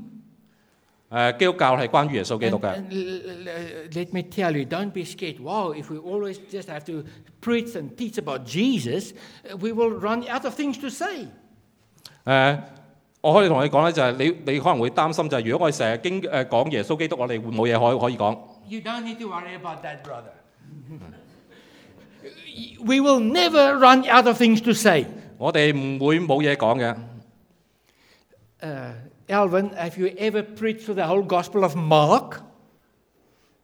呃基督教係關於耶穌基 And- 督嘅。 and l- l- let me tell you, don't be scared. Wow, if we always just have to preach and teach about Jesus, uh, we will run out of things to say. 誒、嗯呃我可以同你講咧，就係、你你可能會擔心就係、如果我哋成日經誒講耶穌基督，我哋會冇嘢可以可以講。 You don't need to worry about that, brother. we will never run out of things to say. 我哋唔會冇嘢講嘅。 Uh, Alvin, have you ever preached through the whole Gospel of Mark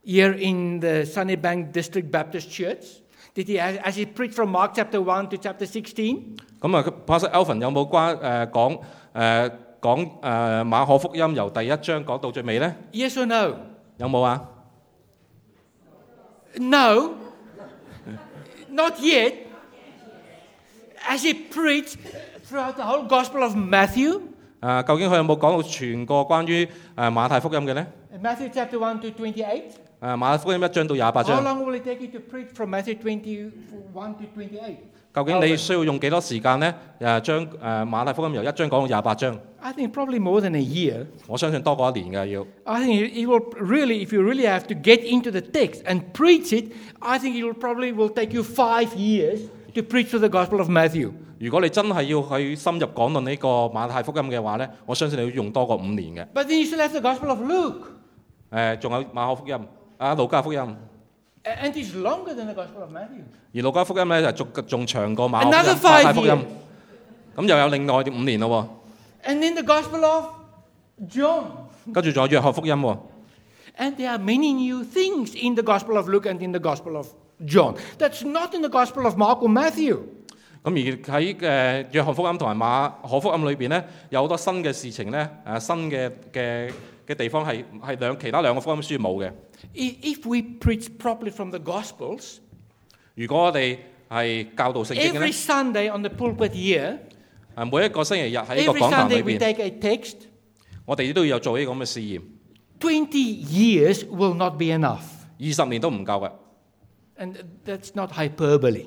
here in the Sunnybank District Baptist Church? Did he, has has he preached from Mark chapter 1 to chapter 16? 咁啊，Pastor Alvin 呃有冇關誒講誒講誒、呃、馬可福音由第一章講到最尾呢？ Yes or no? 有冇啊？ No. Not yet. As he preached throughout the whole Gospel of Matthew, 啊，究竟佢有冇講到全個關於誒馬太福音嘅呢？ Matthew chapter 1 to 28. 誒馬太福音一章到廿八 How 章， long will it take you to preach from Matthew 21 to 28? 究竟你需要用幾多時間呢？誒將誒馬太福音由一章講到廿八章， I think probably more than a year. 我相信多過一年嘅要。 I think it- it will really, if you really have to get into the text and preach it, I think it will probably will take you five years to preach through the Gospel of Matthew. 如果你真係要去深入講論呢個馬太福音嘅話呢，我相信你要用多過五年嘅。誒、 But then you still have the Gospel of Luke, 仲有馬可福音、啊路加福音，而 a- and it's longer than the Gospel of Matthew. 路加福音呢，就仲仲長過馬可 Another 福音、馬 five 太福音 years。咁又有另外五年咯 And then the Gospel of John. 喎，跟住仲有約翰福音喎。 And there are many new things in the Gospel of Luke and in the Gospel of John. That's not in the Gospel of Mark or Matthew. 咁而喺誒約翰福音同埋馬可福音裏邊咧，有好多新嘅事情咧，誒新嘅嘅嘅地方係係兩其他兩個福音書冇嘅。 I- If we preach properly from the Gospels, 如果我哋係教導聖經嘅 every 咧， Sunday on the pulpit here, 誒每一個星期日喺呢個 every 講壇 Sunday 裏 we 邊， take a text, 我哋都要有做呢個咁嘅試驗， 20 years will not be enough. 二十年都唔夠嘅。 And that's not hyperbole.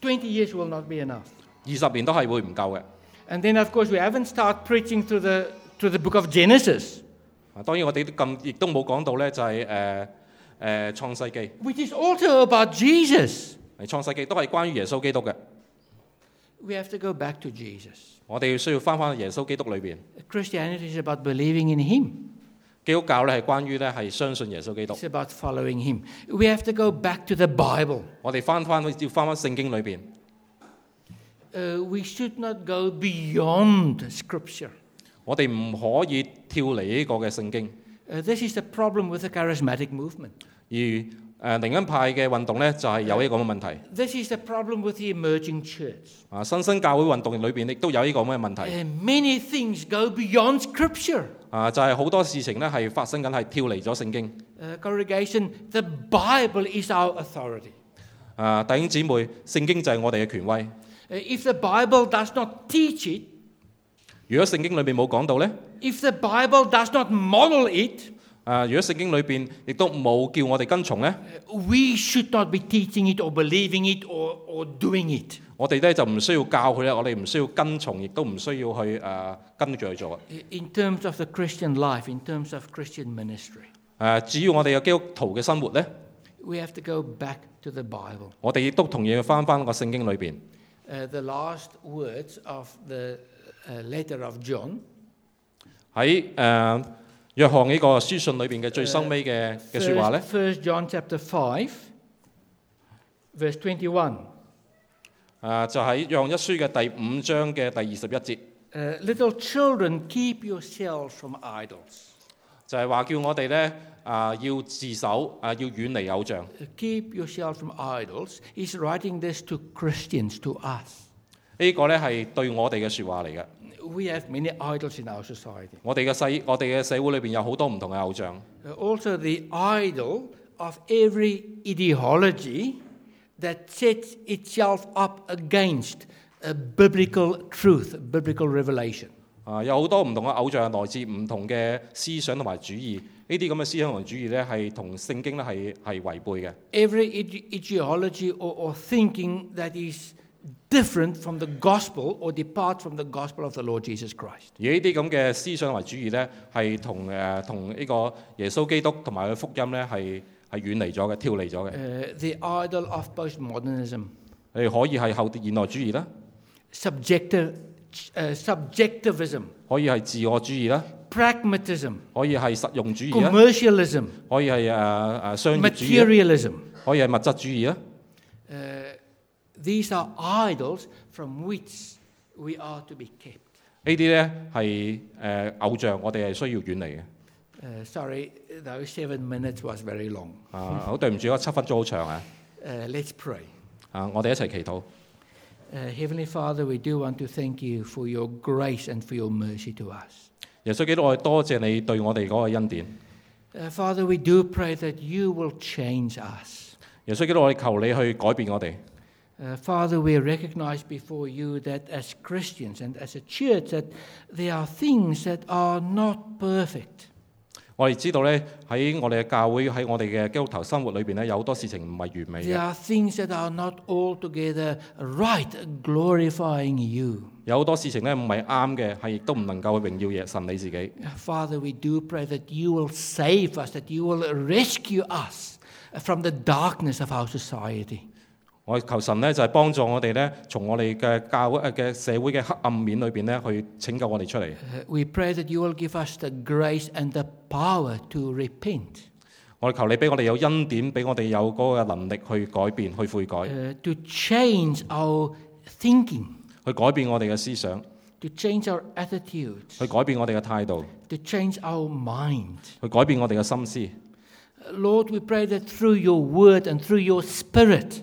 20 years will not be enough. 二十年都係會唔夠嘅。 And then, of course, we haven't started preaching through the, through the book of Genesis, 啊，當然我哋都咁亦都冇講到咧，就係誒誒創世記， which is also about Jesus. 誒創世記都係關於耶穌基督嘅。 We have to go back to Jesus. 我哋需要翻翻去耶穌基督裏邊。 Christianity is about believing in Him, 基督教咧係關於咧係相信耶穌基督。 it's about following Him. We have to go back to the Bible. 我哋翻翻去要翻翻聖經裏邊， Uh, we should not go beyond Scripture. 我哋唔可以跳離呢個嘅聖經。 Uh, this is the problem with the charismatic movement. 而誒、呃、靈恩派嘅運動呢，就係、有呢個咁嘅問題。 This is the problem with the emerging church. 啊，新生教會運動裏邊亦都有呢個咁嘅問題。 Uh, many things go beyond Scripture. 啊，就係、好多事情呢係發生緊係跳離咗聖經。 Uh, congregation, the Bible is our authority. 啊，弟兄姊妹，聖經就係我哋嘅權威。 Uh, if the Bible does not teach it, 如果聖經裏邊冇講到呢， if the Bible does not model it, 啊，如果聖經裏邊亦都冇叫我哋跟從呢， uh, we should not be teaching it or believing it or, or doing it. 我哋呢就唔需要教佢咧，我哋唔需要跟從，亦都唔需要去誒、呃跟住去做啊。 I- Eh, In terms of the Christian life, in terms of Christian ministry, 誒，只啊要我哋有基督徒嘅生活呢， we have to go back to the Bible. 我哋亦都同樣要翻翻個聖經裏邊。 Uh, the last words of the uh, letter of John, 喺誒、呃、約翰呢個書信裏邊嘅最收尾嘅嘅説話咧，呃 First John chapter 5, verse 21. 啊、就喺約翰一書嘅第五章嘅第二十一節， Uh, little children, keep yourselves from idols. 就係、話叫我哋咧啊要自守啊、要遠離偶像， Uh, Keep yourselves from idols. He's writing this to Christians, to us. 呢、個咧係對我哋嘅説話嚟嘅。 We have many idols in our society. 我哋嘅世我哋嘅社會裏邊有好多唔同嘅偶像， Uh, also, the idol of every ideology that sets itself up against a biblical truth, a biblical revelation. 啊、有好多唔同嘅偶像係來自唔同嘅思想同埋主義。呢啲咁嘅思想同主義咧係同聖經咧係係違背嘅。 Every ide- ideology or, or thinking that is different from the gospel or departs from the gospel of the Lord Jesus Christ. 而呢啲咁嘅思想同埋主義呢，係同誒同呢個耶穌基督同埋佢福音呢，係係遠離咗嘅，跳離咗嘅。 Uh, the idol of postmodernism, 你可以係後現代主義啦， subjective, uh, subjectivism, 可以係自我主義啦， pragmatism, 可以係實用主義啦， commercialism, 可以係誒誒商業主義啦， materialism. 可以係物質主義啦。 Uh, these are idols from which we are to be kept. 呢啲呢係誒偶像，我哋係需要遠離嘅。 Uh, sorry, those seven minutes was very long. 啊，好對唔住，我七分鐘好長啊！ Uh, let's pray. 啊，我哋一齊祈禱。 Uh, Heavenly Father, we do want to thank you for your grace and for your mercy to us. 耶穌基督，我哋多謝你對我哋嗰個恩典。 Uh, Father, we do pray that you will change us. 耶穌基督，我哋求你去改變我哋。 Uh, Father, we recognize before you that as Christians and as a church that there are things that are not perfect. 我哋知道咧，喺我哋嘅教會，喺我哋嘅基督徒生活裏邊咧，有好多事情唔係完美 There 嘅， are things that are not altogether right, glorifying you. 有好多事情咧唔係啱嘅，係亦都唔能夠榮耀耶神你自己。 Uh, Father, we do pray that you will save us, that you will rescue us from the darkness of our society. 我求神咧就係、幫助我哋咧，從我哋嘅教會呃嘅社會嘅黑暗面裏邊咧，去拯救我哋出嚟。 Uh, we pray that you will give us the grace and the power to repent, 我哋求你俾我哋有恩典，俾我哋有嗰個能力去改變、去悔改、 uh, to change our thinking, 去改變我哋嘅思想， to change our attitudes, 去改變我哋嘅態度， to change our mind. 去改變我哋嘅心思。 Uh, Lord, we pray that through your word and through your spirit,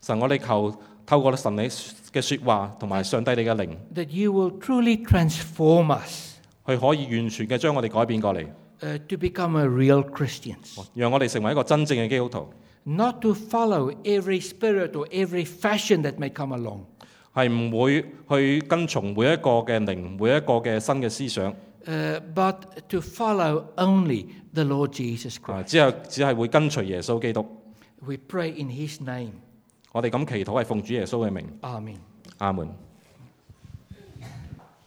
神，我哋求透過神你嘅説話同埋上帝你嘅靈， that you will truly transform us 佢可以完全嘅將我哋改變過嚟， uh, to become a real Christians. 讓我哋成為一個真正嘅基督徒， not to follow every spirit or every fashion that may come along. 係唔會去跟從每一個嘅靈、每一個嘅新嘅思想， uh, but to follow only the Lord Jesus 啊 Christ. 只係只係會跟隨耶穌基督。 We pray in His name. 我哋咁祈禱係奉主耶穌嘅名， Amen. 阿門。